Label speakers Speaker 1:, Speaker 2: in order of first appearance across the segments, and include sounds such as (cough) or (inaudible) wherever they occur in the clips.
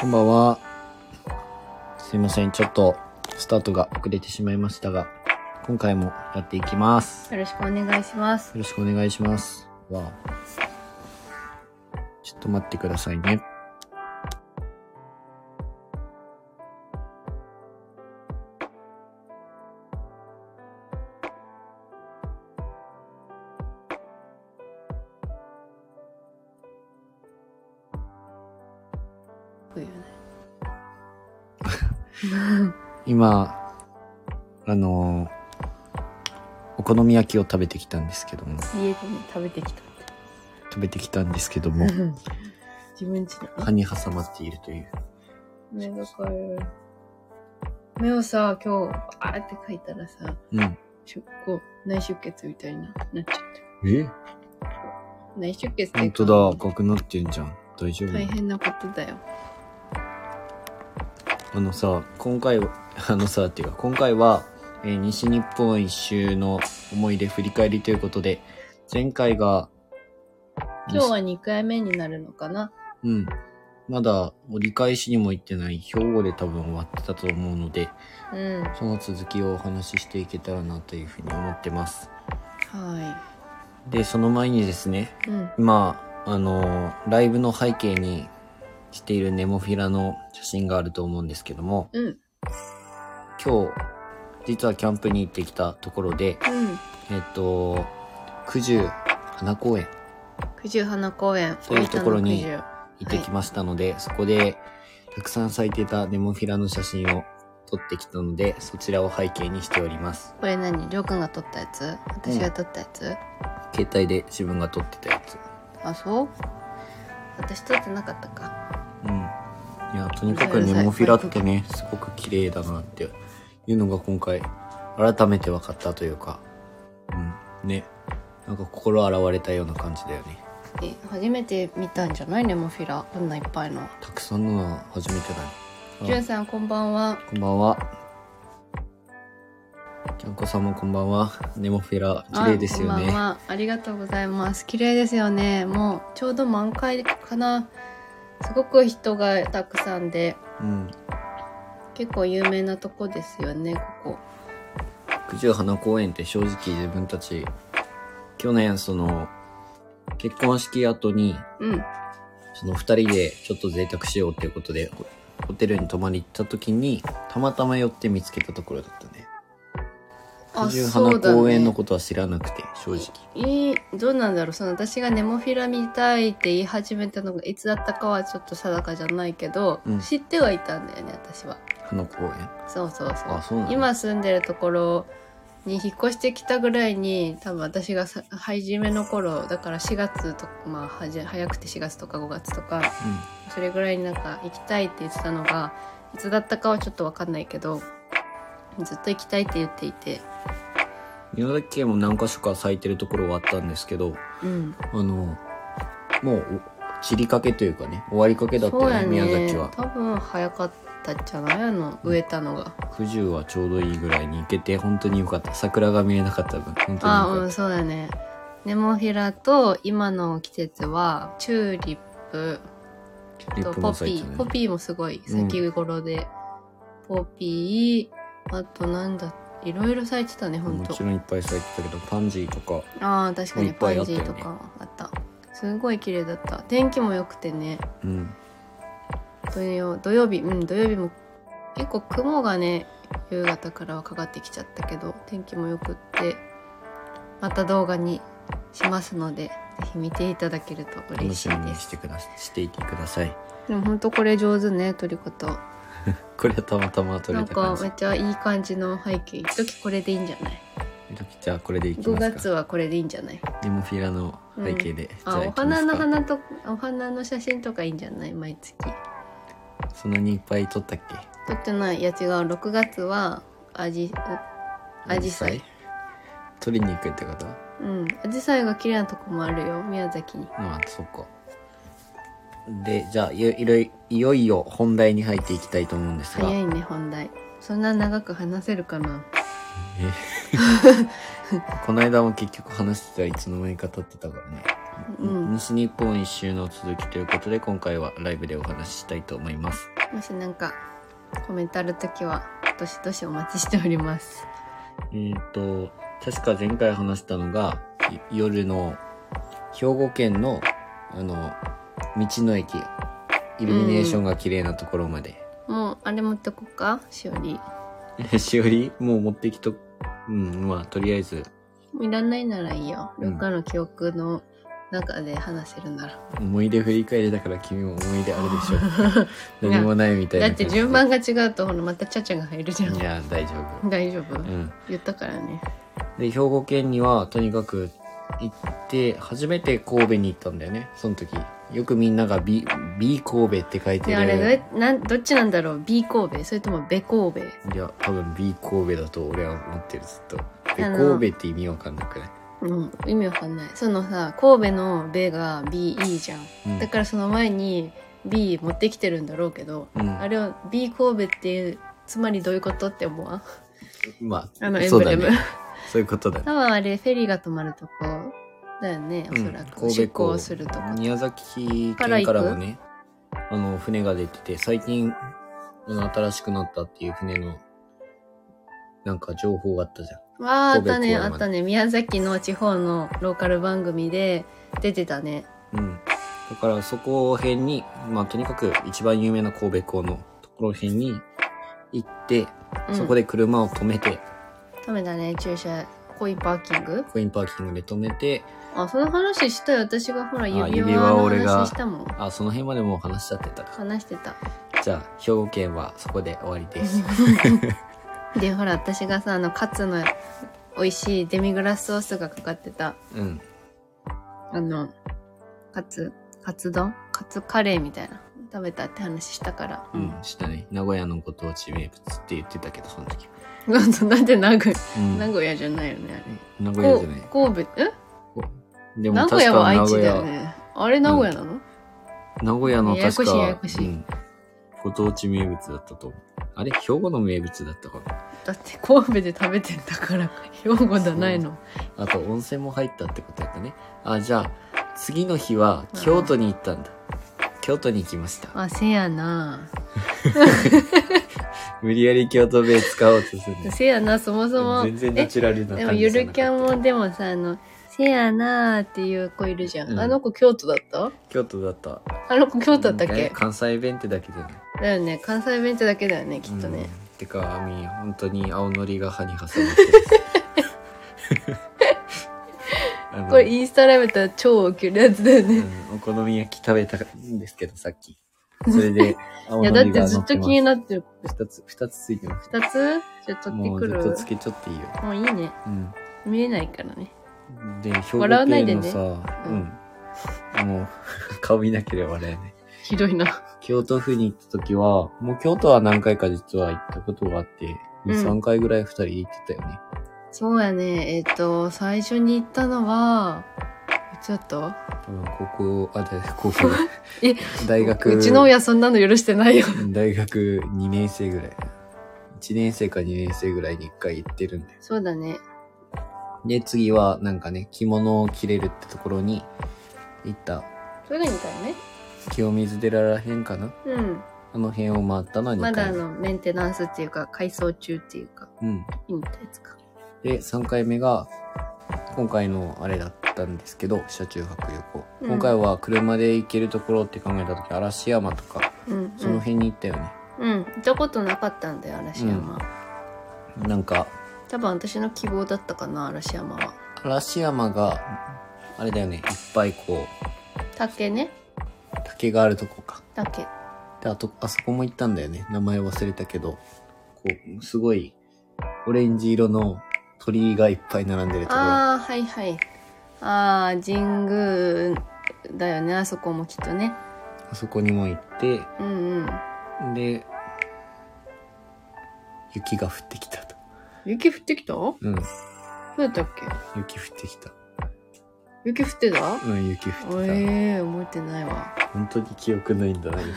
Speaker 1: こんばんは。すいません。ちょっと、スタートが遅れてしまいましたが、今回もやっていきます。よ
Speaker 2: よろしくお願いします。
Speaker 1: ろしくお願いします。わあ。ちょっと待ってくださいね。
Speaker 2: 冬ね
Speaker 1: 今、あのーお好み焼きを食べてきたんですけども、
Speaker 2: 家でね、食べてきたんで。
Speaker 1: 食べてきたんですけども、
Speaker 2: (laughs) 自分ちの
Speaker 1: 歯に挟まっているという。
Speaker 2: 目がかゆい。目をさ、今日、あーって書いたらさ、
Speaker 1: うん。
Speaker 2: 出こう内出血みたいになっちゃっ
Speaker 1: え
Speaker 2: た。内出血って
Speaker 1: 本当だ。赤くなってんじゃん。大丈夫
Speaker 2: 大変なことだよ。
Speaker 1: あのさ、今回は、 (laughs) あのさ、っていうか、今回は、えー西日本一周の思い出振り返りということで、前回が、
Speaker 2: 今日は2回目になるのかな
Speaker 1: うん。まだ折り返しにも行ってない兵庫で多分終わってたと思うので、
Speaker 2: うん。は
Speaker 1: その続きをお話ししていけたらなというふうに思ってます。で、その前にですね、
Speaker 2: い。うん。
Speaker 1: 今、あのーライブの背景にしているネモフィラの写真があると思うんですけども、
Speaker 2: うん。
Speaker 1: 今日、実はキャンプに行ってきたところで、
Speaker 2: うん。
Speaker 1: えっと、九十花公園
Speaker 2: 九十花公園。
Speaker 1: そういうところに
Speaker 2: 大分の
Speaker 1: 行ってきましたので、そこでたくさん咲いていたネモフィラの写真を撮ってきたので、そちらを背景にしております。
Speaker 2: 90これ何りょうくんが撮ったやつ私が撮ったやつ、
Speaker 1: 携帯で自分が撮ってたやつ。
Speaker 2: あ、そう私撮ってなかったか。
Speaker 1: うん。いや、とにかくネモフィラってね、すごく綺麗だなっていうのが今回、改めて分かったというか、うん。ね。なんか心洗われたような感じだよね。
Speaker 2: え初めて見たんじゃないネモフィラこんないっぱいの
Speaker 1: たくさんのは初めてだね。あ
Speaker 2: ジュンさんこんばんは
Speaker 1: こんばんは。きゃんこさんもこんばんは。ネモフェラ、綺麗ですよ
Speaker 2: あこんばん
Speaker 1: ね。
Speaker 2: はありがとうございます綺麗ですよねもうちょうど満開かなすごく人がたくさんで
Speaker 1: うん。
Speaker 2: 結構有名なとこですよねここ
Speaker 1: 九十花公園って正直自分たち、去年その、結婚式後に、
Speaker 2: うん
Speaker 1: その二人でちょっと贅沢しようっていうことで、ホホテルに泊まり行った時に、たまたま寄って見つけたところだったね。
Speaker 2: あ
Speaker 1: 九十
Speaker 2: そ
Speaker 1: 花
Speaker 2: うだ
Speaker 1: 公園の
Speaker 2: ね
Speaker 1: ことは知らなくて、正直。
Speaker 2: いいどうなんだろうその私がネモフィラ見たいって言い始めたのがいつだったかはちょっと定かじゃないけど、
Speaker 1: うん
Speaker 2: 知ってはいたんだよね私は
Speaker 1: 花公園。
Speaker 2: そうそうそう
Speaker 1: あ、そうなの、
Speaker 2: 今住んでるところに引っ越してきたぐらいに多分私がさ始めの頃だから4月とかまあはじ早くて4月とか5月とかそれぐらいになんか行きたいって言ってたのがいつだったかはちょっと分かんないけどずっと行きたいって言ってい
Speaker 1: う
Speaker 2: て
Speaker 1: ん。宮崎県も何か所か咲いてるところはあったんですけど、
Speaker 2: うん
Speaker 1: あの、もう、お散りかけというかね、終わりかけだった
Speaker 2: そ
Speaker 1: よ
Speaker 2: うや
Speaker 1: ね、宮
Speaker 2: ね
Speaker 1: 崎は。
Speaker 2: 多分早かったんじゃないあの植えたのが、
Speaker 1: 九十はちょうどいいぐらいに行けて、本当に良かった。桜が見えなかった分、本当に
Speaker 2: あ
Speaker 1: 良
Speaker 2: う
Speaker 1: かっ
Speaker 2: んそうだねネモフィラと今の季節はチューリップ
Speaker 1: た。リッ
Speaker 2: と
Speaker 1: プ
Speaker 2: ポ
Speaker 1: も
Speaker 2: ピ
Speaker 1: 咲い
Speaker 2: ー、
Speaker 1: てた
Speaker 2: ポ
Speaker 1: ね。
Speaker 2: ピーもすごい
Speaker 1: うん
Speaker 2: 先頃で、ポピーあとなんだいろいろ咲いてたねほん
Speaker 1: も
Speaker 2: と
Speaker 1: ちろんいっぱい咲いてたけど、パンジーとか、
Speaker 2: あー確か
Speaker 1: い
Speaker 2: に
Speaker 1: っぱ
Speaker 2: パ
Speaker 1: いあ
Speaker 2: ン
Speaker 1: った
Speaker 2: ジ
Speaker 1: よね
Speaker 2: ーとかあったすごい綺麗だった天気も良くてね
Speaker 1: うん。
Speaker 2: 土曜土曜日うん土曜日も結構雲がね夕方からはかかってきちゃったけど天気も良くってまた動画にしますのでぜひ見ていただけると嬉
Speaker 1: 楽
Speaker 2: し
Speaker 1: し
Speaker 2: い
Speaker 1: み
Speaker 2: で
Speaker 1: に
Speaker 2: す
Speaker 1: してくだ、していてください。
Speaker 2: でもほんとこれ上手ね撮り方
Speaker 1: これはたまたま撮
Speaker 2: な
Speaker 1: れ
Speaker 2: ん
Speaker 1: た感
Speaker 2: か
Speaker 1: じ
Speaker 2: め。っちゃいい感じの背景一時これでいいんじゃない
Speaker 1: ドキちゃん、これでいき
Speaker 2: 5
Speaker 1: ます
Speaker 2: 月
Speaker 1: か。
Speaker 2: はこれでいいんじゃない
Speaker 1: ネモフィラの背景で。じゃ
Speaker 2: あ
Speaker 1: あ行
Speaker 2: お
Speaker 1: きま
Speaker 2: 花
Speaker 1: す
Speaker 2: の
Speaker 1: か。
Speaker 2: 花とお花の写真とかいいんじゃない毎月
Speaker 1: そんなにいっぱい撮ったっけ
Speaker 2: 撮ってないいや違う6月はアジアジサイ
Speaker 1: 撮りに行くってこと
Speaker 2: うんアジサイが綺麗なとこもあるよ宮崎に
Speaker 1: まあそっかでじゃあいよいろいいよいよ本題に入っていきたいと思うんですが
Speaker 2: 早いね本題そんな長く話せるかな
Speaker 1: この間も結局話してたらいつの間にか経ってたからね
Speaker 2: うん
Speaker 1: 西日本一周の続きということで今回はライブでお話ししたいと思います
Speaker 2: もしなんかコメントあるときはどしどしお待ちしております
Speaker 1: えーっ、と確か前回話したのがい夜の兵庫県のあの道の駅イルミネーションが綺麗なところまで、
Speaker 2: もうあれ持ってこっかしおり
Speaker 1: (laughs) しおりもう持ってきとうんまあとりあえず
Speaker 2: もういらないならいいよ
Speaker 1: うん
Speaker 2: どっかの記憶の中で話せるなら、
Speaker 1: 思い出振り返りだから君も思い出あるでし
Speaker 2: (laughs)
Speaker 1: ょ何もないみたいな
Speaker 2: だって
Speaker 1: 感じで
Speaker 2: 順番が違うとほらまたちゃちゃが入るじゃ
Speaker 1: い
Speaker 2: ん
Speaker 1: や大丈夫
Speaker 2: 大丈夫、
Speaker 1: うん
Speaker 2: 言ったからね
Speaker 1: で兵庫県にはとにかく行って初めて神戸に行ったんだよねその時よくみんなが B, B 神戸って書いて
Speaker 2: で
Speaker 1: る
Speaker 2: あれどなんどっちなんだろう B 神戸それともベ神戸
Speaker 1: いや多分 B 神戸だと俺は思ってるずっとで
Speaker 2: あの
Speaker 1: 神戸って意味わかんなくない、
Speaker 2: うん意味わかんないそのさ神戸の「ベ」が BE じゃん、
Speaker 1: うん
Speaker 2: だからその前に B 持ってきてるんだろうけど、
Speaker 1: うん
Speaker 2: あれを B 神戸っていうつまりどういうことって思わん
Speaker 1: まあ
Speaker 2: あのエ
Speaker 1: そ
Speaker 2: ン
Speaker 1: う
Speaker 2: ブ
Speaker 1: だ
Speaker 2: レム、
Speaker 1: ねそういうことだね
Speaker 2: 多分あれフェリーが止まるとこだよねおそらく、出港
Speaker 1: 港
Speaker 2: するとこ
Speaker 1: 宮崎県からもねあの船が出てて最近あの新しくなったっていう船のなんか情報があったじゃん
Speaker 2: わああっ
Speaker 1: 神戸
Speaker 2: たね
Speaker 1: 公園
Speaker 2: あ
Speaker 1: まで
Speaker 2: ったね宮崎の地方のローカル番組で出てたね
Speaker 1: うん。だからそこ辺に、まあとにかく一番有名な神戸港のところ辺に行って、
Speaker 2: うん
Speaker 1: そこで車を止めて、
Speaker 2: ダメだね駐車コインパーキング
Speaker 1: コインパーキングで止めて、
Speaker 2: あその話したよ私がほら指輪
Speaker 1: 指輪
Speaker 2: の
Speaker 1: 俺が
Speaker 2: 話したもん
Speaker 1: あ、その辺までもう話しちゃってたか。
Speaker 2: 話してた
Speaker 1: じゃあ、兵庫県はそこで終わりです。
Speaker 2: (laughs) でほら私がさあのカツの美味しいデミグラスソースがかかってた
Speaker 1: うん。
Speaker 2: あのカツカツ丼カツカレーみたいな食べたって話したから
Speaker 1: うん、したね。名古屋のご当地名物って言ってたけど、その時。
Speaker 2: (laughs) なんとだって名古
Speaker 1: うん。
Speaker 2: 名
Speaker 1: 名
Speaker 2: 古屋じゃないよねあ
Speaker 1: 古
Speaker 2: れ
Speaker 1: 屋じゃない。
Speaker 2: こ神戸え
Speaker 1: でも
Speaker 2: 名
Speaker 1: 確
Speaker 2: 古屋は
Speaker 1: か
Speaker 2: 愛
Speaker 1: 名
Speaker 2: 知
Speaker 1: 古
Speaker 2: だよ
Speaker 1: 屋、
Speaker 2: ねあれ名古屋なの、
Speaker 1: 名古屋の
Speaker 2: ややこ
Speaker 1: 確
Speaker 2: しい
Speaker 1: か、
Speaker 2: ややこしい
Speaker 1: うんご当地名物だったと思う。あれ兵庫の名物だったかな
Speaker 2: だって神戸で食べてんだから兵庫じゃないの
Speaker 1: あと温泉も入ったってことやったね。あ、じゃあ、次の日は京都に行ったんだ。京都に行きました。
Speaker 2: あせやな
Speaker 1: 無理やり京都弁使おうとするんです。
Speaker 2: せやなそも (laughs) そも
Speaker 1: 全然ナチュラルな
Speaker 2: でも
Speaker 1: 感じ
Speaker 2: ゆ
Speaker 1: じゃ
Speaker 2: る
Speaker 1: な
Speaker 2: キャ
Speaker 1: かっ
Speaker 2: ンもでもさあの「せやな」っていう子いるじゃん、
Speaker 1: うん
Speaker 2: あの子京都だった
Speaker 1: た。京都だった。
Speaker 2: あの子京都だったっ
Speaker 1: なん
Speaker 2: け
Speaker 1: か関西弁ってだけじゃない。
Speaker 2: だよね関西弁ってだけだよねきっと
Speaker 1: うん
Speaker 2: ね、。
Speaker 1: てか、あみ、本当に青のりが歯に挟まってる。あの
Speaker 2: (laughs) これインスタライブやったら超ウケるやつだよね、
Speaker 1: うんお好み焼き食べたんですけど、さっき。それで、青
Speaker 2: (laughs) いや
Speaker 1: の
Speaker 2: だっ
Speaker 1: りが
Speaker 2: て
Speaker 1: 乗
Speaker 2: ずっ
Speaker 1: って
Speaker 2: と
Speaker 1: ま
Speaker 2: 気
Speaker 1: す
Speaker 2: になってる
Speaker 1: 二つ、二つついてます。
Speaker 2: 2つじゃあ取って
Speaker 1: もう
Speaker 2: く
Speaker 1: ずっ
Speaker 2: るも
Speaker 1: と
Speaker 2: う
Speaker 1: つけちゃっていいよ。
Speaker 2: いいね
Speaker 1: うん。
Speaker 2: 見れないからね
Speaker 1: で、兵庫
Speaker 2: 笑わないで
Speaker 1: 県
Speaker 2: ね
Speaker 1: のさ、
Speaker 2: うん
Speaker 1: うん。もう、 (laughs) 顔見なければ笑えない。
Speaker 2: ひどいな
Speaker 1: 京都府に行った時は、もう京都は何回か実は行ったことがあって、
Speaker 2: うん
Speaker 1: 2、3回ぐらい二人行ってたよね。
Speaker 2: そうやねえっ、と最初に行ったのはちょっと、
Speaker 1: 多分、高校、あ、だ高校
Speaker 2: え
Speaker 1: 大学、
Speaker 2: うちの親そんなの許してないよ
Speaker 1: うん大学2年生ぐらい。1年生か2年生ぐらいに1回行ってるんで。
Speaker 2: そうだね
Speaker 1: で、次はなんかね、着物を着れるってところに行った。
Speaker 2: それが2回ね
Speaker 1: 清水寺らへんかな
Speaker 2: うん
Speaker 1: あの辺を回ったのは2
Speaker 2: ま
Speaker 1: 回目。
Speaker 2: だあのメンテナンスっていうか改装中っていうか
Speaker 1: うん。
Speaker 2: 見に行ったやつか
Speaker 1: で、3回目が、今回のあれだったんですけど、車中泊旅行。
Speaker 2: うん
Speaker 1: 今回は車で行けるところって考えた時、嵐山とか、
Speaker 2: うんうん
Speaker 1: その辺に行ったよね。
Speaker 2: うん行ったことなかったんだよ嵐山、
Speaker 1: なんか、
Speaker 2: 多分私の希望だったかな嵐山は
Speaker 1: 嵐山が、あれだよね、いっぱいこう、
Speaker 2: 竹ね
Speaker 1: 竹があるとこか。
Speaker 2: 竹
Speaker 1: で、あと、あそこも行ったんだよね。名前忘れたけど、こう、すごい、オレンジ色の鳥居がいっぱい並んでるところ。
Speaker 2: ああはいはいああ神宮だよねあそこもきっとね
Speaker 1: あそこにも行って、
Speaker 2: うんうん
Speaker 1: で、雪が降ってきたと。
Speaker 2: 雪降ってきたど
Speaker 1: うん。
Speaker 2: うだったっけ
Speaker 1: 雪降ってきた。
Speaker 2: 雪降ってた
Speaker 1: うん、雪降って
Speaker 2: お
Speaker 1: き
Speaker 2: えー、覚えてないわ
Speaker 1: た。本当に記憶ないんだな、今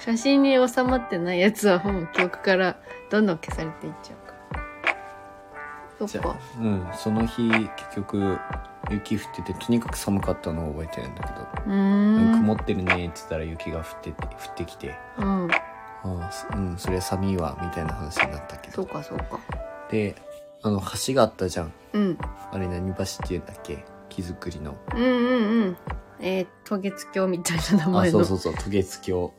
Speaker 2: 写真に収まってないやつはほぼ記憶からどんどん消されていっちゃうからそっ
Speaker 1: じゃ
Speaker 2: か
Speaker 1: あ、うん、その日、結局、雪降っててとにかく寒かったのを覚えてるんだけど
Speaker 2: うーん
Speaker 1: 曇ってるねって言ったら雪が降ってて降ってきて
Speaker 2: うん
Speaker 1: ああすうんそれ寒いわみたいな話になったけ
Speaker 2: そう
Speaker 1: ど
Speaker 2: かそうか
Speaker 1: であの橋があったじゃん
Speaker 2: うん
Speaker 1: あれ何橋っていうんだっけ木造りの
Speaker 2: うんうんうんえー、渡月橋みたいな名
Speaker 1: あ
Speaker 2: 前の
Speaker 1: そうそうそう渡月橋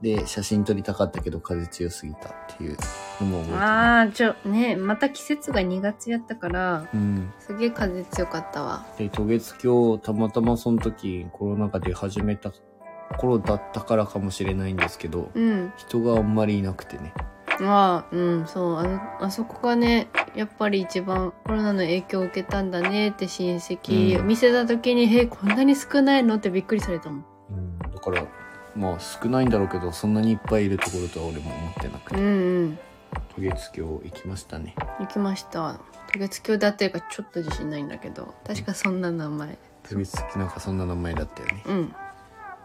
Speaker 1: で写真撮りたかったけど風強すぎたっていうのも覚えてる
Speaker 2: あーちょねまた季節が2月やったから
Speaker 1: うん
Speaker 2: すげえ風強かったわ
Speaker 1: で渡月橋たまたまその時コロナ禍で始めた頃だったからかもしれないんですけど
Speaker 2: うん
Speaker 1: 人があんまりいなくてね
Speaker 2: まあうんそうあのあそこがねやっぱり一番コロナの影響を受けたんだねって親戚、
Speaker 1: うん
Speaker 2: 見せた時に「えこんなに少ないの?」ってびっくりされたもん
Speaker 1: うんだからまあ少ないんだろうけどそんなにいっぱいいるところとは俺も思ってなく
Speaker 2: うん
Speaker 1: て
Speaker 2: うん
Speaker 1: 渡月橋行きましたね
Speaker 2: 行きました渡月橋だっていうかちょっと自信ないんだけど確かそんな名前
Speaker 1: 渡月橋なんかそんな名前だったよね
Speaker 2: うん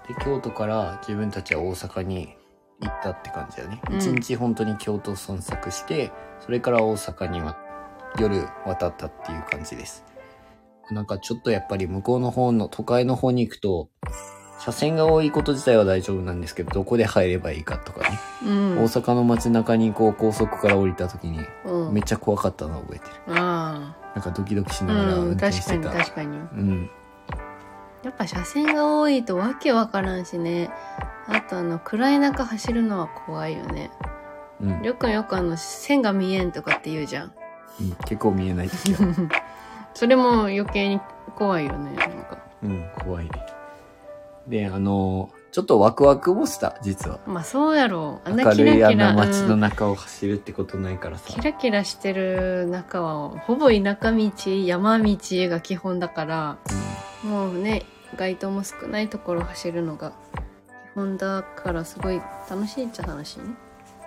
Speaker 1: で京都から自分たちは大阪に行ったって感じだね
Speaker 2: うん
Speaker 1: 一、日本当に京都散策してそれから大阪には夜渡ったっていう感じですなんかちょっとやっぱり向こうの方の都会の方に行くと車線が多いこと自体は大丈夫なんですけどどこで入ればいいかとかね、
Speaker 2: うん
Speaker 1: 大阪の街中にこう高速から降りた時に
Speaker 2: うん
Speaker 1: めっちゃ怖かったのを覚えてる
Speaker 2: あ
Speaker 1: なんかドキドキし
Speaker 2: あ
Speaker 1: ながら運
Speaker 2: うん
Speaker 1: 転
Speaker 2: 確
Speaker 1: し
Speaker 2: か
Speaker 1: て
Speaker 2: に
Speaker 1: た
Speaker 2: 確かに
Speaker 1: うん
Speaker 2: やっぱ車線が多いとわけわからんしねあとあの暗い中走るのは怖いよね
Speaker 1: うん、うん
Speaker 2: りょうくんよくあの線が見えんとかって言うじゃん
Speaker 1: 結構見えない時は
Speaker 2: それも余計に怖いよねなんか
Speaker 1: うん、怖いね。で、あの、ちょっとワクワクもした、実は。
Speaker 2: まあそうやろうあん
Speaker 1: 明
Speaker 2: なキ
Speaker 1: るい
Speaker 2: ラ
Speaker 1: あ
Speaker 2: キ
Speaker 1: ん
Speaker 2: ラ
Speaker 1: な街
Speaker 2: う
Speaker 1: の
Speaker 2: ん
Speaker 1: 中を走るってことないからさ
Speaker 2: キ。ラキラしてる中はほぼ田舎道山道が基本だからもうね街灯も少ないところを走るのが基本だからすごい楽しいっちゃ楽しいね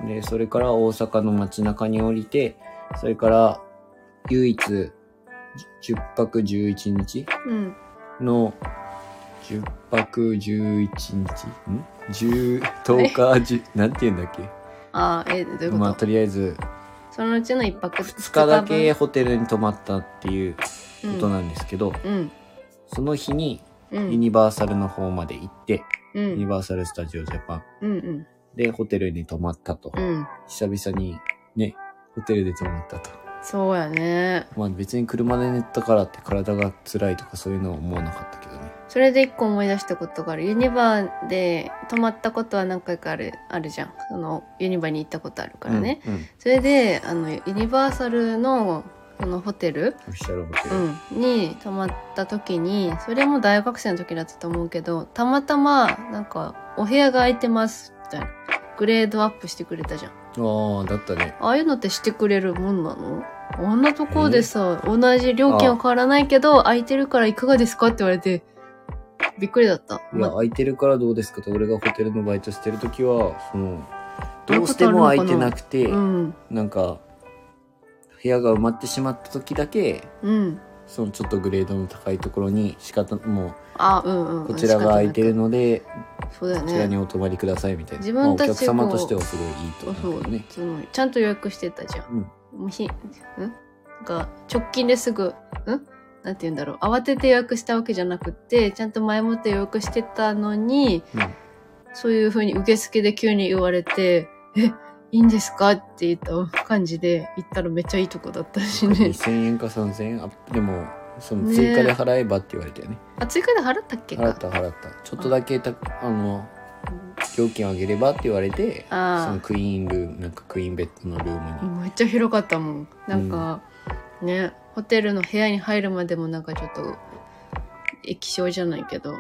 Speaker 1: うんで、それから大阪の街中に降りて、それから唯一10泊11日
Speaker 2: うん
Speaker 1: の10泊11日ん ?10、10日、10なんて言うんだっけ
Speaker 2: ああえどういうこと、
Speaker 1: まあ、とりあえず
Speaker 2: そのうちの一泊
Speaker 1: 2日だけホテルに泊まったっていうこ
Speaker 2: 二日
Speaker 1: と
Speaker 2: 分
Speaker 1: なんですけど、
Speaker 2: うん
Speaker 1: その日に
Speaker 2: う
Speaker 1: ユ
Speaker 2: ん
Speaker 1: ニバーサルの方まで行って、
Speaker 2: う
Speaker 1: ユニ
Speaker 2: ん
Speaker 1: バーサル・スタジオ・ジャパン
Speaker 2: うんうん
Speaker 1: でホテルに泊まったと。
Speaker 2: うん
Speaker 1: 久々にね、ホテルで泊まったと。
Speaker 2: そうやね
Speaker 1: まあ別に車で寝たからって体が辛いとかそういうのは思わなかったけどね。
Speaker 2: それで一個思い出したことがあるユニバーで泊まったことは何回かあるあるじゃんそのユニバーに行ったことあるからね、
Speaker 1: うん。うん
Speaker 2: それであのユニバーサルのそのホテル、
Speaker 1: オフィシャルホテル。
Speaker 2: うん、に泊まった時にそれも大学生の時だったと思うけどたまたまなんか「お部屋が空いてます」みたいなグレードアップしてくれたじゃん
Speaker 1: ああ、だったね。
Speaker 2: ああいうのってしてくれるもんなのあんなところでさ、同じ料金は変わらないけど、空いてるからいかがですかって言われて、びっくりだった。
Speaker 1: いや、
Speaker 2: ま
Speaker 1: 空いてるからどうですかと俺がホテルのバイトしてる時は、その、どうして
Speaker 2: ある
Speaker 1: も
Speaker 2: ことある
Speaker 1: 空
Speaker 2: のかない
Speaker 1: てなくて、
Speaker 2: うん。
Speaker 1: なんか、部屋が埋まってしまった時だけ、
Speaker 2: うん。
Speaker 1: そのちょっとグレードの高いところに仕方、も
Speaker 2: あ、うんうん。
Speaker 1: う、こちらが空いてる
Speaker 2: の。
Speaker 1: ので、
Speaker 2: そうだよ
Speaker 1: こちらに
Speaker 2: ね。
Speaker 1: お泊まりくださいみたいな。
Speaker 2: 自分たち
Speaker 1: まあお客様としてはすごいいいと
Speaker 2: あそ
Speaker 1: 思うけど
Speaker 2: う
Speaker 1: ね。
Speaker 2: そのちゃんと予約してたじゃん。うん。ひんなんか、直近ですぐ、んなんて言うんだろう。慌てて予約したわけじゃなくて、ちゃんと前もって予約してたのに、
Speaker 1: う
Speaker 2: そういうふうに受付で急に言われて、え、いいんですかって言った感じで行ったらめっちゃいいとこだったし
Speaker 1: ん、
Speaker 2: ね。
Speaker 1: 2000円か3000円アップでもその
Speaker 2: ね
Speaker 1: 追加で払えばって言われたよね
Speaker 2: あ、追加で払ったっけか
Speaker 1: 払った払ったちょっとだけたあの料金を上げればって言われてその
Speaker 2: あ
Speaker 1: クイーンルームなんかクイーンベッドのルー
Speaker 2: あ、
Speaker 1: ムに
Speaker 2: めっちゃ広かったもん。なんか、ね、ホテルの部屋に入るまでもなんかちょっと、液晶じゃないけど、ち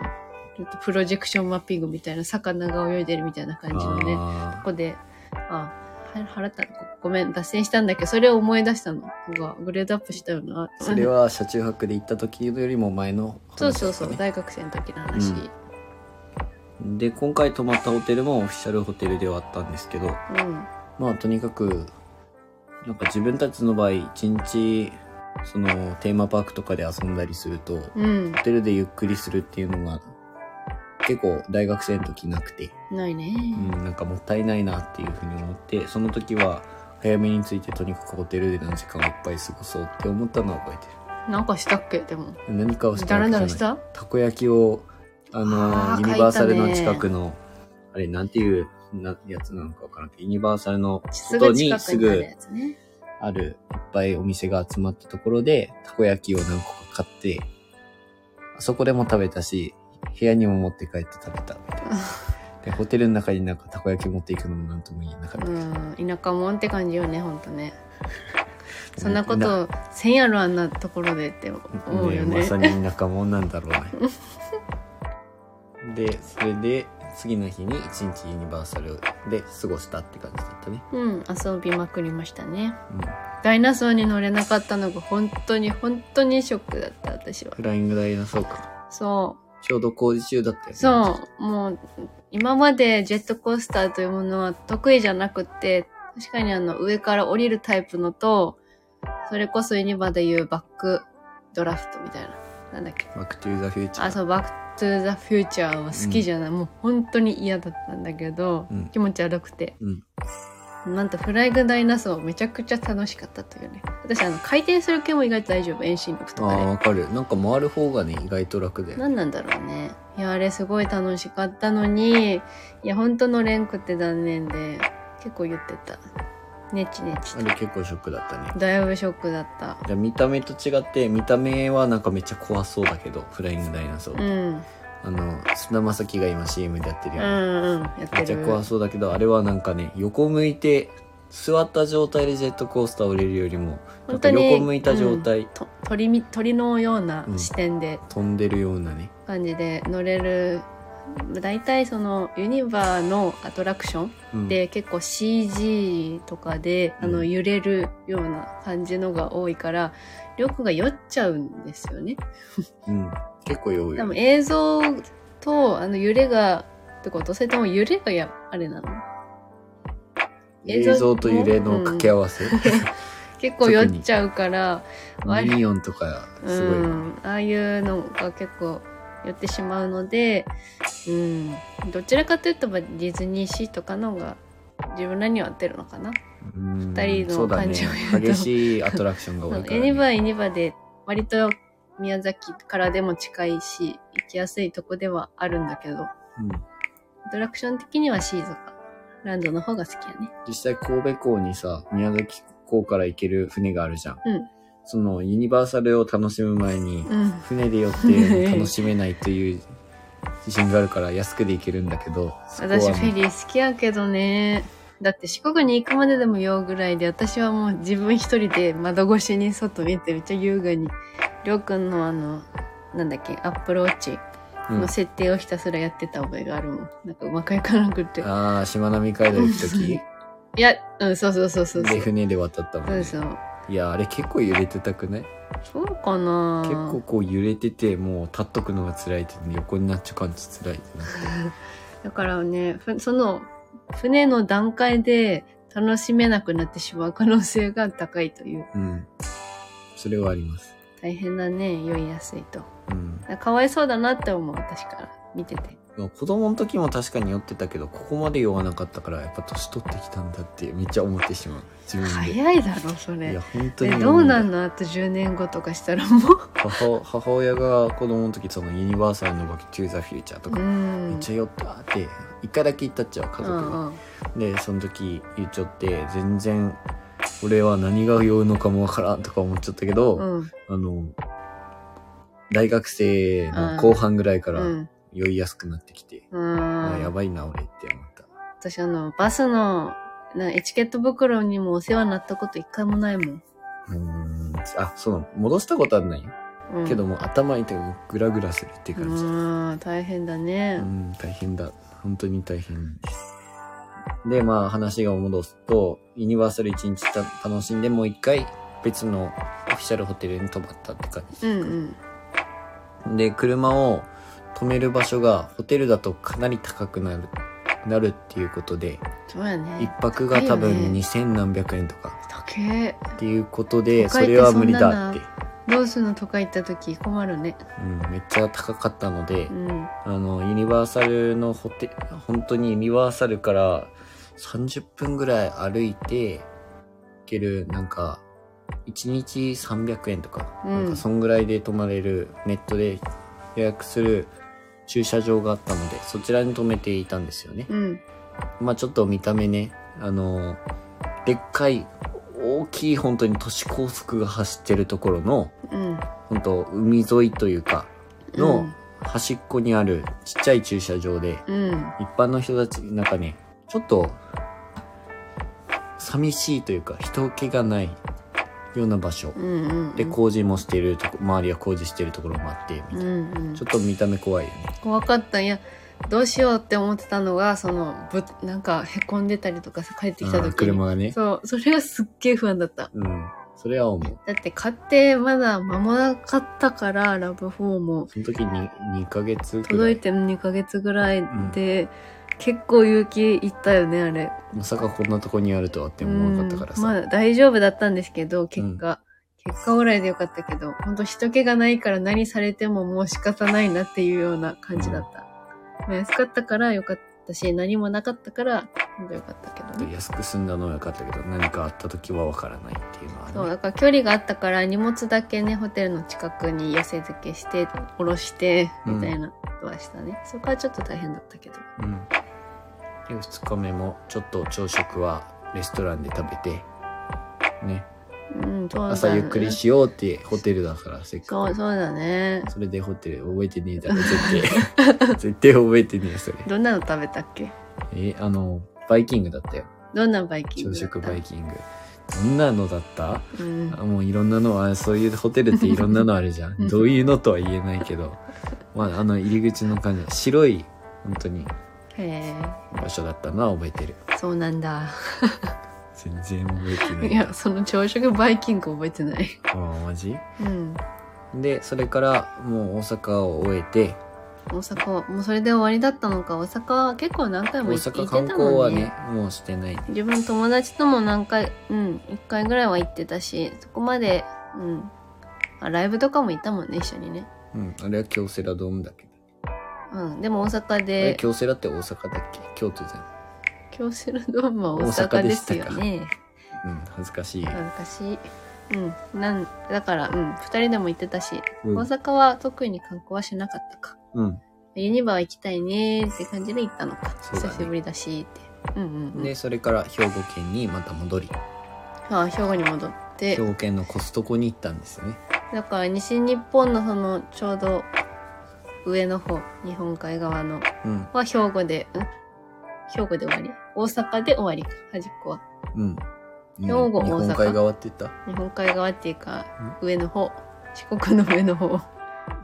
Speaker 2: ょっとプロジェクションマッピングみたいな、魚が泳いでるみたいな感じのね、こ
Speaker 1: あ
Speaker 2: こで、あ、は払ったごめん、脱線したんだけど、それを思い出したの。なんかグレードアップしたよな。
Speaker 1: ーそれは車中泊で行った時よりも前の話だ
Speaker 2: そう
Speaker 1: ったね
Speaker 2: そうそう、大学生の時の話。
Speaker 1: うんで今回泊まったホテルもオフィシャルホテルではあったんですけど
Speaker 2: うん。
Speaker 1: まあとにかくなんか自分たちの場合一日そのテーマパークとかで遊んだりすると、
Speaker 2: うん
Speaker 1: ホ。テルでゆっくりするっていうのが結構大学生の時なくて、
Speaker 2: ないね。
Speaker 1: うん、なんかもったいないなっていうふうに思ってその時は早めについてとにかくホテルで何時間をいっぱい過ごそうって思ったのは覚えてる
Speaker 2: なんかしたっけでも
Speaker 1: 何かをした
Speaker 2: だ
Speaker 1: わ
Speaker 2: ら
Speaker 1: けじ
Speaker 2: だ
Speaker 1: ゃな
Speaker 2: ら
Speaker 1: い
Speaker 2: した
Speaker 1: たこ焼きをあの
Speaker 2: あー
Speaker 1: ユニバーサル
Speaker 2: 書い
Speaker 1: の
Speaker 2: たね
Speaker 1: 近くのあれなんていうなやつなのかわからんけどユニバーサルの
Speaker 2: す
Speaker 1: 外
Speaker 2: ぐ
Speaker 1: に
Speaker 2: 近
Speaker 1: す
Speaker 2: くにある
Speaker 1: ぐ
Speaker 2: やつね
Speaker 1: あるいっぱいお店が集まったところでたこ焼きを何個か買ってあそこでも食べたし部屋にも持って帰って食べたみたいな
Speaker 2: (laughs)
Speaker 1: でホテルの中になんかたこ焼き持っていくのもなんとも言えなかった
Speaker 2: うん田舎もんって感じよねほんとねそんなことせんやろあんなところでって思うよ
Speaker 1: ま
Speaker 2: ね
Speaker 1: さに田舎もんなんだろうねでそれで次の日に一日ユニバーサルで過ごしたって感じだったね、
Speaker 2: うん遊びまくりましたね
Speaker 1: うん、
Speaker 2: ダイナソーに乗れなかったのが本当に本当にショックだった私は
Speaker 1: フライングダイナソーか
Speaker 2: そ
Speaker 1: ちょうど工事中だったよね
Speaker 2: うそうもう今までジェットコースターというものは得意じゃなくて確かにあの上から降りるタイプのとそれこそユニバでいうバックドラフトみたいななんだっけ
Speaker 1: バックトゥーザフューチャー
Speaker 2: あそうバックトゥザフューチャーは好きじゃない、もう本当に嫌だったんだけど、
Speaker 1: うん
Speaker 2: 気持ち悪くて
Speaker 1: うん
Speaker 2: なんとフライングダイナソーめちゃくちゃ楽しかったというね私あの回転する系も意外と大丈夫遠心力と
Speaker 1: あ
Speaker 2: か
Speaker 1: あ
Speaker 2: ね
Speaker 1: わかるなんか回る方がね意外と楽で
Speaker 2: 何なんだろうねいやあれすごい楽しかったのにいや本当のれんくって断念で結構言ってたネチネチ
Speaker 1: あれ結構ショックだったね
Speaker 2: とだいぶショックだった
Speaker 1: じゃあ見た目と違って見た目はなんかめっちゃ怖そうだけどフライングダイナソー、
Speaker 2: うん
Speaker 1: あの菅田将暉が今 CM でやってる
Speaker 2: う
Speaker 1: よ
Speaker 2: ん
Speaker 1: ね、
Speaker 2: うんやっ
Speaker 1: め
Speaker 2: て
Speaker 1: っちゃ
Speaker 2: る
Speaker 1: 怖そうだけどあれはなんかね横向いて座った状態でジェットコースター降りるよりもなん
Speaker 2: 本
Speaker 1: か
Speaker 2: 当に
Speaker 1: 横向いた状態、
Speaker 2: と鳥み鳥のような視点で
Speaker 1: 飛んでるようなね
Speaker 2: 感じで乗れる大体そのユニバーのアトラクション
Speaker 1: うん
Speaker 2: って結構 CG とかで、
Speaker 1: うん
Speaker 2: あの揺れるような感じのが多いからりょうくんが酔っちゃうんですよね
Speaker 1: うん、結構酔う
Speaker 2: 多
Speaker 1: よ
Speaker 2: 分映像とあの揺れがってことそれとも揺れがやあれなの映像
Speaker 1: 映像と揺れの掛け合わ
Speaker 2: (laughs)
Speaker 1: せ、
Speaker 2: 結構酔っちゃうから割
Speaker 1: ミニオンとかすごい、
Speaker 2: うん、ああいうのが結構寄ってしまうので、うん、どちらかというとまあディズニーシーとかの方が自分らには合ってるのかな。
Speaker 1: うん
Speaker 2: 二人の感じを言うと
Speaker 1: そうだね激しいアトラクションが多い
Speaker 2: (laughs)
Speaker 1: から、
Speaker 2: エ
Speaker 1: ね、
Speaker 2: ニバーエニバーで割と宮崎からでも近いし行きやすいとこではあるんだけどア
Speaker 1: うん
Speaker 2: トラクション的にはシーズかランドの方が好きやね。
Speaker 1: 実際神戸港にさ宮崎港から行ける船があるじゃん、
Speaker 2: うん
Speaker 1: そのユニバーサルを楽しむ前に、
Speaker 2: うん
Speaker 1: 船で寄っていうの楽しめないという自信があるから安くで行けるんだけど、そこは
Speaker 2: 私フェ
Speaker 1: ね、
Speaker 2: リー好きやけどねだって四国に行くまででも酔うぐらいで私はもう自分一人で窓越しに外見てめっちゃ優雅にりょうくんのあのなんだっけアップルウォッチ
Speaker 1: うん
Speaker 2: の設定をひたすらやってた覚えがあるもん、なんかうまくいかなくて
Speaker 1: ああ、しまなみ海道行
Speaker 2: (laughs)
Speaker 1: くとき、
Speaker 2: いやうんそうそうそうそうそ
Speaker 1: で、
Speaker 2: うそ
Speaker 1: 船で渡ったもん、
Speaker 2: う
Speaker 1: ね。
Speaker 2: そう
Speaker 1: いや、あれ結構揺れてたくない
Speaker 2: そうかな
Speaker 1: 結構こう揺れてて、もう立っとくのが辛いって、横になっちゃう感じ辛いってなって。
Speaker 2: だからねふその船の段階で楽しめなくなってしまう可能性が高いという
Speaker 1: うん。それはあります。
Speaker 2: 大変だね酔いやすいと。
Speaker 1: うん。
Speaker 2: かわいそうだなって思う私から見てて
Speaker 1: まあ子供の時も確かに酔ってたけど、ここまで酔わなかったから、やっぱ年取ってきたんだって、めっちゃ思ってしまう。自分で。
Speaker 2: 早いだろそ
Speaker 1: いや、
Speaker 2: れ
Speaker 1: 本当
Speaker 2: え
Speaker 1: に思だ。
Speaker 2: どうなんのあと10年後とかしたらもう
Speaker 1: 母母親が子供の時そのユニバーサルのバックトゥーザフュー (laughs) チャーと
Speaker 2: う
Speaker 1: か、めっ
Speaker 2: ん
Speaker 1: ちゃ酔ったって一回だけ行ったっちゃう家
Speaker 2: う
Speaker 1: 族
Speaker 2: ん
Speaker 1: が、
Speaker 2: うん
Speaker 1: でその時言っちゃって全然俺は何が酔うのかもわからんとか思っちゃったけど、
Speaker 2: うん
Speaker 1: あの大学生の後半ぐらいから
Speaker 2: うん
Speaker 1: 酔いやすくなってきて、あや
Speaker 2: うん
Speaker 1: ばいな俺って思った
Speaker 2: 私あのバスのなエチケット袋にもお世話になったこと一回もないもん、
Speaker 1: うーんあそう戻したことはないよ
Speaker 2: うん、
Speaker 1: けどもう頭痛いもうグラグラするっていう感じ、
Speaker 2: うん大変だね
Speaker 1: うん、大変だ。本当に大変です。で、まあ話を戻すと、ユニバーサル一日た楽しんで、もう一回別のオフィシャルホテルに泊まったって感じ。
Speaker 2: うんうん
Speaker 1: で、車を止める場所がホテルだとかなり高くなる、なるっていうことで、
Speaker 2: そうや
Speaker 1: 一
Speaker 2: ね
Speaker 1: 泊が多
Speaker 2: 高いよ
Speaker 1: 分
Speaker 2: ね
Speaker 1: 2000何百円とか
Speaker 2: だけ
Speaker 1: っていうことで、
Speaker 2: 都
Speaker 1: そ
Speaker 2: 会って
Speaker 1: れは無理だって。
Speaker 2: どうするのとか行った時困るね
Speaker 1: うん、めっちゃ高かったので
Speaker 2: う、ん
Speaker 1: あの、ユニバーサルのホテ、本当にユニバーサルから30分ぐらい歩いて行ける、なんか、 1日300円とか、
Speaker 2: うん
Speaker 1: なんかそんぐらいで泊まれるネットで予約する駐車場があったので、そちらに泊めていたんですよね。
Speaker 2: うん
Speaker 1: まあちょっと見た目ね、あの、でっかい、大きい本当に都市高速が走ってるところの、
Speaker 2: うん
Speaker 1: 本当海沿いというか、
Speaker 2: う
Speaker 1: の
Speaker 2: ん
Speaker 1: 端っこにあるちっちゃい駐車場で、
Speaker 2: うん
Speaker 1: 一般の人たち、なんかね、ちょっと、寂しいというか、人気がないような場所。
Speaker 2: うんうん
Speaker 1: で、工事もしてるとこ、周りが工事してるところもあって、みたい
Speaker 2: うん
Speaker 1: な。
Speaker 2: うん
Speaker 1: ちょっと見た目怖いよね。
Speaker 2: 怖かったんやどうしようって思ってたのがそのぶなんかへこんでたりとかさ帰ってきた
Speaker 1: あー
Speaker 2: 時に
Speaker 1: 車がね。
Speaker 2: そうそれがすっげえ不安だった
Speaker 1: うん。それは思う。
Speaker 2: だって買ってまだ間もなかったからラブ4も
Speaker 1: その時に2ヶ月くら
Speaker 2: 届
Speaker 1: い
Speaker 2: いて2ヶ月ぐらいで、結構勇気いったよねあれ
Speaker 1: まさかこんなとこにあるとはって思わなかったからさ。
Speaker 2: うんまあ大丈夫だったんですけど結果、結果オーライでよかったけど本当人気がないから何されてももう仕方ないなっていうような感じだった、まあ安かったからよかったし何もなかったから本当よかったけどね
Speaker 1: 安く済んだのは良かったけど、何かあった時はわからないっていうのはね。
Speaker 2: そうだから距離があったから荷物だけねホテルの近くに寄せ付けして下ろして
Speaker 1: うん
Speaker 2: みたいなことはしたね、そこはちょっと大変だったけど
Speaker 1: うん。で、2日目もちょっと朝食はレストランで食べて、ね。
Speaker 2: うんそうだね
Speaker 1: 朝ゆっくりしようってホテルだから、せっ
Speaker 2: そ
Speaker 1: か
Speaker 2: う
Speaker 1: く。
Speaker 2: そうだね
Speaker 1: それでホテル覚えてねえだろ、絶
Speaker 2: (laughs)
Speaker 1: 対。絶対覚えてねえよ、それ。
Speaker 2: どんなの食べたっけ
Speaker 1: え、あの、バイキングだったよ。
Speaker 2: どんなバイキング
Speaker 1: 朝
Speaker 2: だった
Speaker 1: 食バイキング。どんなのだった
Speaker 2: うん
Speaker 1: あもういろんなのは、そういうホテルっていろんなのあるじゃ
Speaker 2: うん
Speaker 1: ん。どういうのとは言えないけど、まあ、あの入り口の感じ、白い、本当に
Speaker 2: へ
Speaker 1: 場所だったのは覚えてる。
Speaker 2: えそうなんだ
Speaker 1: 全然覚えてない。
Speaker 2: いやその朝食バイキング覚えてない
Speaker 1: あマジ
Speaker 2: うん
Speaker 1: で、それからもう大阪を終えて、
Speaker 2: 大阪もうそれで終わりだったのか大阪は結構何回
Speaker 1: 大
Speaker 2: も行って
Speaker 1: 阪
Speaker 2: 行っ
Speaker 1: 観
Speaker 2: てた
Speaker 1: 光
Speaker 2: も
Speaker 1: は
Speaker 2: んね
Speaker 1: ね、もうしてない。
Speaker 2: 自分友達とも何回うん1回ぐらいは行ってたしそこまでうんあライブとかも行ったもんね一緒にね
Speaker 1: うん、あれは京セラドームだっけど。
Speaker 2: うんでも大阪
Speaker 1: あれ
Speaker 2: で
Speaker 1: 京セラって大阪だっけ京都じゃ
Speaker 2: 京セラドームは大
Speaker 1: 大
Speaker 2: 阪
Speaker 1: 阪で
Speaker 2: で
Speaker 1: した
Speaker 2: す
Speaker 1: か
Speaker 2: よね
Speaker 1: ん。うん、恥ずかしい。
Speaker 2: 恥ずかしいうんなんだからうん2人でも行ってたし、
Speaker 1: うん
Speaker 2: 大阪は特に観光はしなかったか
Speaker 1: うん。
Speaker 2: ユニバは行きたいねーって感じで行ったのか、
Speaker 1: そうだね
Speaker 2: 久しぶりだしってうんうん、うん、
Speaker 1: で、それから兵庫県にまた戻り、
Speaker 2: ああ兵庫に戻っ
Speaker 1: 兵
Speaker 2: て
Speaker 1: 庫県のコストコに行ったんですよね。
Speaker 2: だから西日本のそのちょうど上の方日本海側の
Speaker 1: うん、
Speaker 2: は兵庫でん兵庫で終わり大阪で終わりか端っこは
Speaker 1: うん。
Speaker 2: 兵庫
Speaker 1: 日本
Speaker 2: 大阪
Speaker 1: 海側って言った
Speaker 2: 日本海側っていうか上の方四国の上の方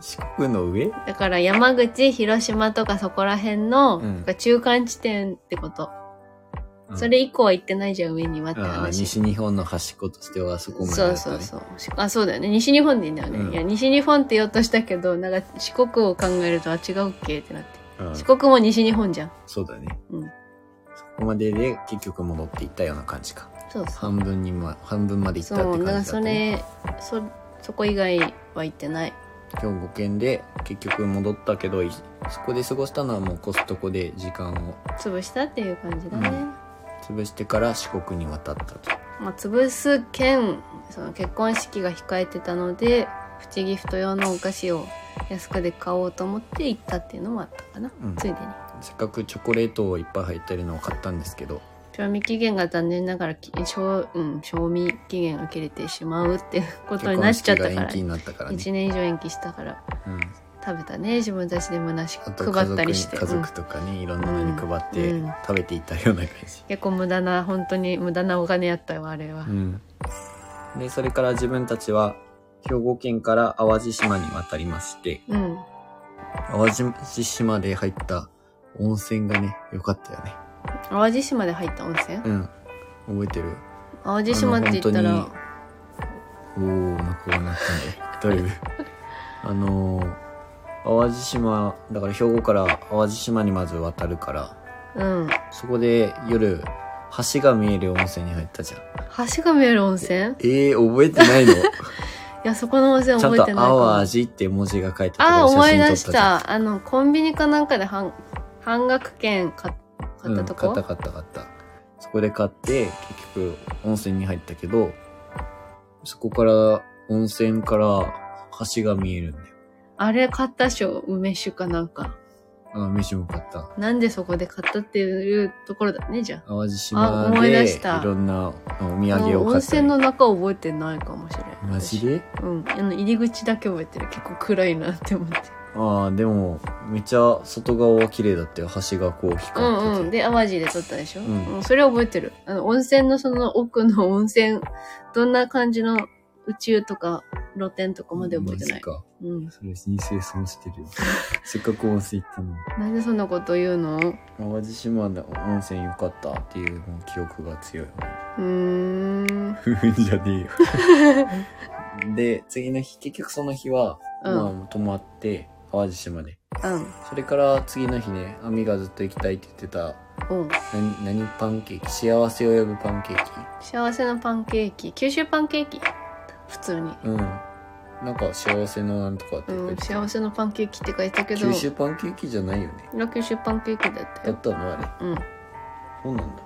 Speaker 1: 四国の上
Speaker 2: だから山口広島とかそこら辺の、
Speaker 1: うん
Speaker 2: なんか中間地点ってこと、それ以降は行ってないじゃん上にはって
Speaker 1: ああ
Speaker 2: 話
Speaker 1: 西日本の端っことしてはそこまでだった
Speaker 2: そ
Speaker 1: ね
Speaker 2: うそうそう。しあ、そうだよね。西日本でいいんだよね。
Speaker 1: うん
Speaker 2: いや、西日本って言おうとしたけど、なんか四国を考えると、あ、違うっけってなって。
Speaker 1: うん
Speaker 2: 四国も西日本じゃん。
Speaker 1: そうだね、
Speaker 2: うん
Speaker 1: そこまでで結局戻っていったような感じか
Speaker 2: そうそう。
Speaker 1: 半分にま半分まで行ったって
Speaker 2: そう、
Speaker 1: 感じ
Speaker 2: だか
Speaker 1: だ
Speaker 2: ら
Speaker 1: った
Speaker 2: そ
Speaker 1: ね
Speaker 2: れ、そ、そこ以外は行ってない。
Speaker 1: 兵庫県で結局戻ったけどいそこで過ごしたのはもうコストコで時間を
Speaker 2: 潰したっていう感じだね。
Speaker 1: うん潰してから四国に渡ったと
Speaker 2: まあ、潰す兼、その結婚式が控えてたので、プチギフト用のお菓子を安くで買おうと思って行ったっていうのもあったかな。
Speaker 1: うん
Speaker 2: ついでに。
Speaker 1: せっかくチョコレートをいっぱい入ってるのを買ったんですけど
Speaker 2: 賞味期限が残念ながらき賞,、うん、賞味期限が切れてしまうっていうこと
Speaker 1: 結
Speaker 2: にな
Speaker 1: 婚
Speaker 2: っちゃ
Speaker 1: 式
Speaker 2: った
Speaker 1: が
Speaker 2: か
Speaker 1: 延
Speaker 2: ら、
Speaker 1: 期になったからね
Speaker 2: 1年以上延期したから
Speaker 1: うん
Speaker 2: 食べたね自分たちで虚し
Speaker 1: あ
Speaker 2: く
Speaker 1: と家
Speaker 2: 配った
Speaker 1: 族
Speaker 2: り
Speaker 1: に
Speaker 2: して、
Speaker 1: 家
Speaker 2: うん
Speaker 1: 族とかにいろんなのに配っ
Speaker 2: う
Speaker 1: て
Speaker 2: んうん
Speaker 1: 食べていたような感じ、
Speaker 2: 結構無駄な本当に無駄なお金やったよあれは、
Speaker 1: でそれから自分たちは兵庫県から淡路島に渡りまして
Speaker 2: うん
Speaker 1: 淡路島で入った温泉がね良かったよね
Speaker 2: 淡路島で入った温泉、
Speaker 1: うん覚えてる
Speaker 2: 淡路島って言った
Speaker 1: あ
Speaker 2: ら
Speaker 1: の本おおお腹が鳴った
Speaker 2: (laughs)
Speaker 1: ねだいぶあのー淡路島だから兵庫から淡路島にまず渡るから
Speaker 2: うん
Speaker 1: そこで夜橋が見える温泉に入った
Speaker 2: (laughs)
Speaker 1: じゃん
Speaker 2: 橋が見える温泉
Speaker 1: えー、覚えてない
Speaker 2: (laughs)
Speaker 1: の
Speaker 2: いやそこの温泉
Speaker 1: ちゃん
Speaker 2: 覚えて
Speaker 1: と
Speaker 2: ないかも
Speaker 1: 淡路って文字が書いて
Speaker 2: あ
Speaker 1: あ
Speaker 2: あ
Speaker 1: る
Speaker 2: 思い
Speaker 1: 写
Speaker 2: 出
Speaker 1: 真撮
Speaker 2: し
Speaker 1: ったじゃん
Speaker 2: たあのコンビニかなんかで半半額券買っ買ったとこ、
Speaker 1: うん、買った買った買ったそこで買って結局温泉に入ったけどそこから、温泉から橋が見えるんだよ。
Speaker 2: あれ買ったっしょ梅酒かなんか。
Speaker 1: あ、飯も買った。
Speaker 2: なんでそこで買ったっていうところだね、じゃ
Speaker 1: 淡路島
Speaker 2: あ思い
Speaker 1: で、
Speaker 2: 出
Speaker 1: い
Speaker 2: した
Speaker 1: ろんなお土
Speaker 2: あ。
Speaker 1: 産を
Speaker 2: 温
Speaker 1: 買った
Speaker 2: 泉
Speaker 1: り。
Speaker 2: の中覚えてないかもしれない。
Speaker 1: マジで
Speaker 2: 私うん。あの、入り口だけ覚えてる。結構暗いなって思って。
Speaker 1: ああ、でも、めっちゃ外側は綺麗だったよ。橋がこう光
Speaker 2: う
Speaker 1: ってて。
Speaker 2: んうん。で、淡路で撮ったでしょ、
Speaker 1: う
Speaker 2: うんん、それ覚えてる。あの、温泉のその奥の温泉、どんな感じの宇宙とか露天とかまで覚えてな
Speaker 1: マジ
Speaker 2: い。
Speaker 1: か。
Speaker 2: うん。
Speaker 1: それ、人生損してるよ。 (laughs) せっかく温泉行ったのに。
Speaker 2: なんでそんなこと言うのう
Speaker 1: 淡路島の温泉良かったっていうの記憶が強い。 (laughs)
Speaker 2: ー (laughs) ん。
Speaker 1: ふふんじゃねえよ。で、次の日、結局その日は、
Speaker 2: うん
Speaker 1: まあ、泊まって、淡路島で。
Speaker 2: うん。
Speaker 1: それから次の日ね、アミがずっと行きたいって言ってた、
Speaker 2: うん。
Speaker 1: 何、何パンケーキ幸せを呼ぶパンケーキ
Speaker 2: 幸せのパンケーキ。九州パンケーキ普通に。
Speaker 1: うん。なんか幸せのなんとかって
Speaker 2: う
Speaker 1: 言って
Speaker 2: ん、
Speaker 1: た、
Speaker 2: 幸せのパンケーキって書いてたけど
Speaker 1: 九州パンケーキじゃないよね。
Speaker 2: 裏九州パンケーキだった
Speaker 1: だ
Speaker 2: よ
Speaker 1: ったのあれ。
Speaker 2: うん
Speaker 1: そうなんだ。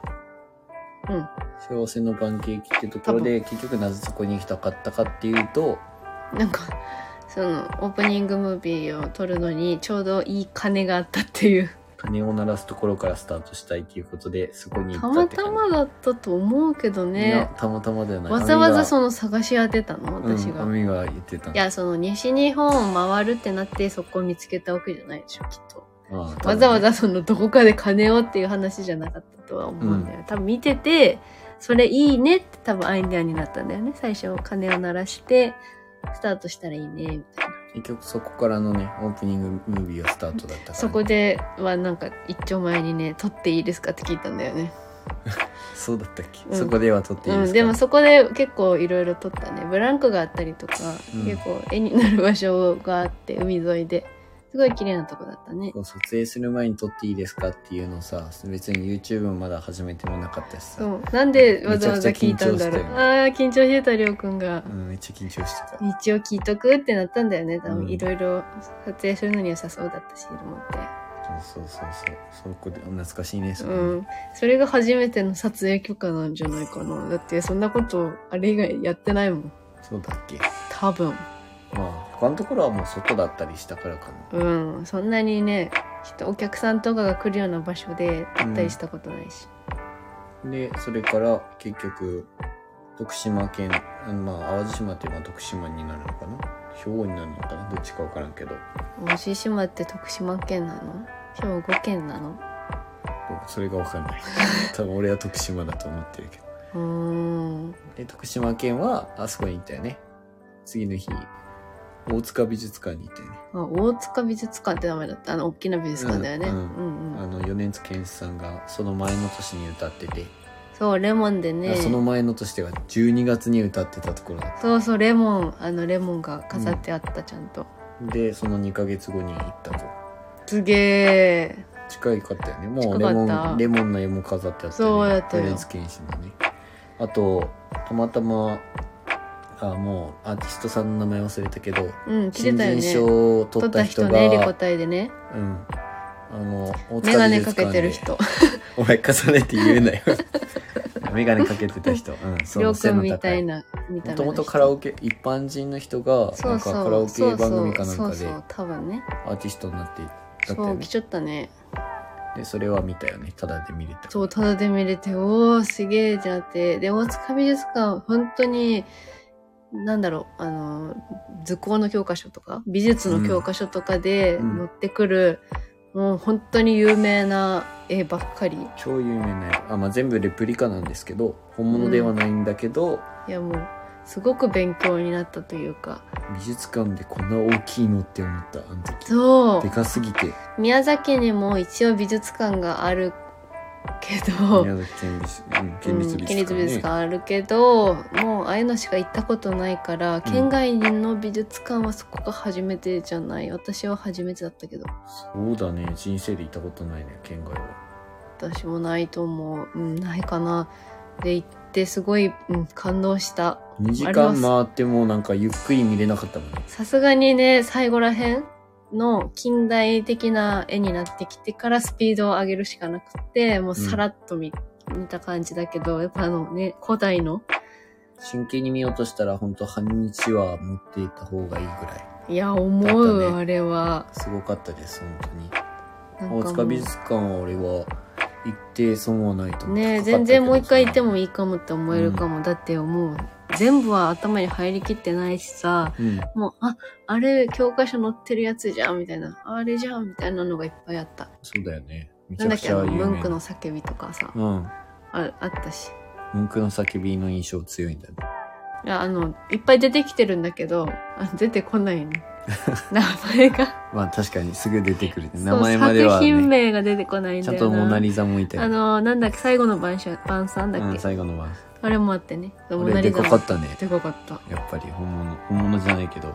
Speaker 2: うん
Speaker 1: 幸せのパンケーキってところで、結局なぜそこに行きたかったかっていうと、
Speaker 2: なんかそのオープニングムービーを撮るのにちょうどいい金があったっていう
Speaker 1: 鐘を鳴らすところからスタートしたいっていうことで、そこに行
Speaker 2: た
Speaker 1: った
Speaker 2: ま
Speaker 1: って感
Speaker 2: た
Speaker 1: じ。
Speaker 2: まだったと思うけど
Speaker 1: いや
Speaker 2: ね
Speaker 1: たまたまではない。
Speaker 2: わざわざ
Speaker 1: の
Speaker 2: その探し当てたの私が、い
Speaker 1: うん、が言ってたの。
Speaker 2: やその西日本を回るってなってそこを見つけたわけじゃないでしょきっと
Speaker 1: ああ
Speaker 2: わざわ。
Speaker 1: 多分ね
Speaker 2: ざそのどこかで金をっていう話じゃなかったとは思うんだよ、多分見ててそれいいねって多分アイデアになったんだよね最初鐘を鳴らしてスタートしたらいいねみたいな
Speaker 1: 結局そこからのね、オープニングムービーがスタートだったから、
Speaker 2: そこではなんか一丁前にね「撮っていいですか?」って聞いたんだよね
Speaker 1: そうだったっけ、
Speaker 2: うん
Speaker 1: そこでは撮っていいで
Speaker 2: う
Speaker 1: す
Speaker 2: ん、
Speaker 1: か、
Speaker 2: でもそこで結構いろいろ撮ったねブランクがあったりとか、
Speaker 1: うん
Speaker 2: 結構絵になる場所があって海沿いですごい綺麗なとこだったね
Speaker 1: こう撮影する前に撮っていいですかっていうのさ、別に YouTube もまだ始めてもなかったしさ。
Speaker 2: そうなんでわざわざ聞いたんだ
Speaker 1: めちゃくちゃ緊張し
Speaker 2: ろう
Speaker 1: たよ
Speaker 2: ああー緊張してたりょうくんが
Speaker 1: う。ん、めっちゃ緊張してた。
Speaker 2: 日を聞いとくってなったんだよね多
Speaker 1: うん
Speaker 2: 分いろいろ撮影するのに良さそうだったしと思って、
Speaker 1: そうそうそうそう。そこで、懐かしいね、そこね
Speaker 2: うん、それが初めての撮影許可なんじゃないかなだってそんなことあれ以外やってないもん
Speaker 1: そうだっけ
Speaker 2: 多分
Speaker 1: まあ、他のところはもう外だったりしたからかな。
Speaker 2: うんそんなにねきっとお客さんとかが来るような場所で撮ったりしたことないし、
Speaker 1: で、それから結局、徳島県、あまあ、淡路島っていうのは徳島になるのかな兵庫になるのかなどっちかわからんけど。で
Speaker 2: 大石島って徳島県なの兵庫県なの
Speaker 1: もそれがわかんない。多分俺は徳島だと思ってるけど。
Speaker 2: うーん
Speaker 1: で、徳島県は、あそこに行ったよね。次の日、大塚美術館に行ったよね。
Speaker 2: あ大塚美術館って名前だったあの大きな美術館だよね、
Speaker 1: う
Speaker 2: うんん、
Speaker 1: う
Speaker 2: うんんうん
Speaker 1: あの、米津玄師さんが、その前の年に歌ってて、
Speaker 2: そうレモンでね
Speaker 1: その前の年では12月に歌ってたところだっ
Speaker 2: そうそうレモンあのレモンが飾ってあった、ちゃんと
Speaker 1: たでその2ヶ月後に行ったと
Speaker 2: すげー
Speaker 1: 近いかったよねもう
Speaker 2: 近
Speaker 1: レ
Speaker 2: か
Speaker 1: モ
Speaker 2: った
Speaker 1: ンレモンの絵も飾ってあった、ね、
Speaker 2: そうだったよ
Speaker 1: フレンツ剣士のねあとたまたまあもうアーティストさんの名前忘れたけど
Speaker 2: うん来て
Speaker 1: 新
Speaker 2: たよ
Speaker 1: 人賞
Speaker 2: ね
Speaker 1: を取
Speaker 2: 撮
Speaker 1: っ
Speaker 2: ったた
Speaker 1: 人が
Speaker 2: 人ねリコ隊でね
Speaker 1: うんあの大塚
Speaker 2: 眼
Speaker 1: 美
Speaker 2: 鏡か
Speaker 1: 術
Speaker 2: け
Speaker 1: 館
Speaker 2: て
Speaker 1: で
Speaker 2: る人
Speaker 1: お前重ねて言うなよ (laughs) 眼鏡かけてた人、うん、そ
Speaker 2: (laughs) りょ
Speaker 1: の
Speaker 2: うく
Speaker 1: 背
Speaker 2: ん
Speaker 1: の
Speaker 2: み
Speaker 1: 高
Speaker 2: た
Speaker 1: い
Speaker 2: いな見た
Speaker 1: も
Speaker 2: 目の人
Speaker 1: ともとカラオケ一般人の人がなんかカラオケ番組かなんか
Speaker 2: そうそう
Speaker 1: で
Speaker 2: そうそう多分ね
Speaker 1: アーティストになっていったって
Speaker 2: そう来ちゃったね
Speaker 1: でそれは見たよねただで見れた
Speaker 2: そうただで見れておーすげーってなってで大塚美術館本当になんだろうあの図工の教科書とか美術の教科書とかで
Speaker 1: うん
Speaker 2: 載ってくる、もう本当に有名な絵ばっかり
Speaker 1: 超有名なやつあ、まあ、全部レプリカなんですけど本物ではないんだけど、
Speaker 2: いやもうすごく勉強になったというか
Speaker 1: 美術館でこんな大きいのって思ったあの時
Speaker 2: そ
Speaker 1: でかすぎて
Speaker 2: う宮崎にも一応美術館があるけど
Speaker 1: 宮崎県美術、うん、
Speaker 2: う
Speaker 1: 県
Speaker 2: ん
Speaker 1: 立美
Speaker 2: 県立美術
Speaker 1: 術
Speaker 2: 館
Speaker 1: 館ね、
Speaker 2: あるけどもうああいうのしか行ったことないから県外の美術館はそこが初めてじゃない私は初めてだったけど
Speaker 1: そうだね人生で行ったことないね県外は
Speaker 2: 私もないと思う、うん、ないかなで行ってすごい、うん、感動した
Speaker 1: 2時
Speaker 2: あ
Speaker 1: 間
Speaker 2: り
Speaker 1: 回ってもなんかゆっくり見れなかったもんね
Speaker 2: さすがにね最後らへんの近代的な絵になってきてからスピードを上げるしかなくてもうさらっと見,、見た感じだけどやっぱあのね古代の
Speaker 1: 真剣に見ようとしたら本当半日は持っていった方がいいぐらい
Speaker 2: いや、思う、
Speaker 1: だったね
Speaker 2: あれは。
Speaker 1: すごかったです本当に
Speaker 2: なんかも
Speaker 1: 大
Speaker 2: う
Speaker 1: 塚美術館は俺は行って損はないと思って
Speaker 2: ねえ全然もう一回行っても
Speaker 1: いい、
Speaker 2: いいかもって思えるかも、だってもう全部は頭に入りきってないしさ
Speaker 1: うん、
Speaker 2: もうああれ教科書載ってるやつじゃんみたいなあれじゃんみたいなのがいっぱいあった
Speaker 1: そうだよねめ
Speaker 2: な
Speaker 1: ち
Speaker 2: ん
Speaker 1: ゃ
Speaker 2: だ
Speaker 1: く
Speaker 2: っけ
Speaker 1: ち
Speaker 2: あ
Speaker 1: ゃ有
Speaker 2: の
Speaker 1: 名
Speaker 2: 文句の叫びとかさ
Speaker 1: うん
Speaker 2: ああったし
Speaker 1: 文句の叫びの印象強いんだね
Speaker 2: いやあのいっぱい出てきてるんだけどあ出て
Speaker 1: (laughs)
Speaker 2: こないね名前が
Speaker 1: まあ確かにすぐ出てくるね
Speaker 2: そう
Speaker 1: 名前までは、
Speaker 2: 作品
Speaker 1: ね、
Speaker 2: 名が出てこないん
Speaker 1: ち
Speaker 2: だ
Speaker 1: ゃん
Speaker 2: よ
Speaker 1: とモ
Speaker 2: な
Speaker 1: ナリザもいた
Speaker 2: あ
Speaker 1: よ、
Speaker 2: のなんだっけ最後の晩餐晩餐だっ
Speaker 1: うん、
Speaker 2: け、
Speaker 1: 最後のは
Speaker 2: あれもあってねモ
Speaker 1: こ
Speaker 2: ナ
Speaker 1: れで
Speaker 2: リザ
Speaker 1: か
Speaker 2: も
Speaker 1: かったね
Speaker 2: でかかった
Speaker 1: やっぱり本物本物じゃないけど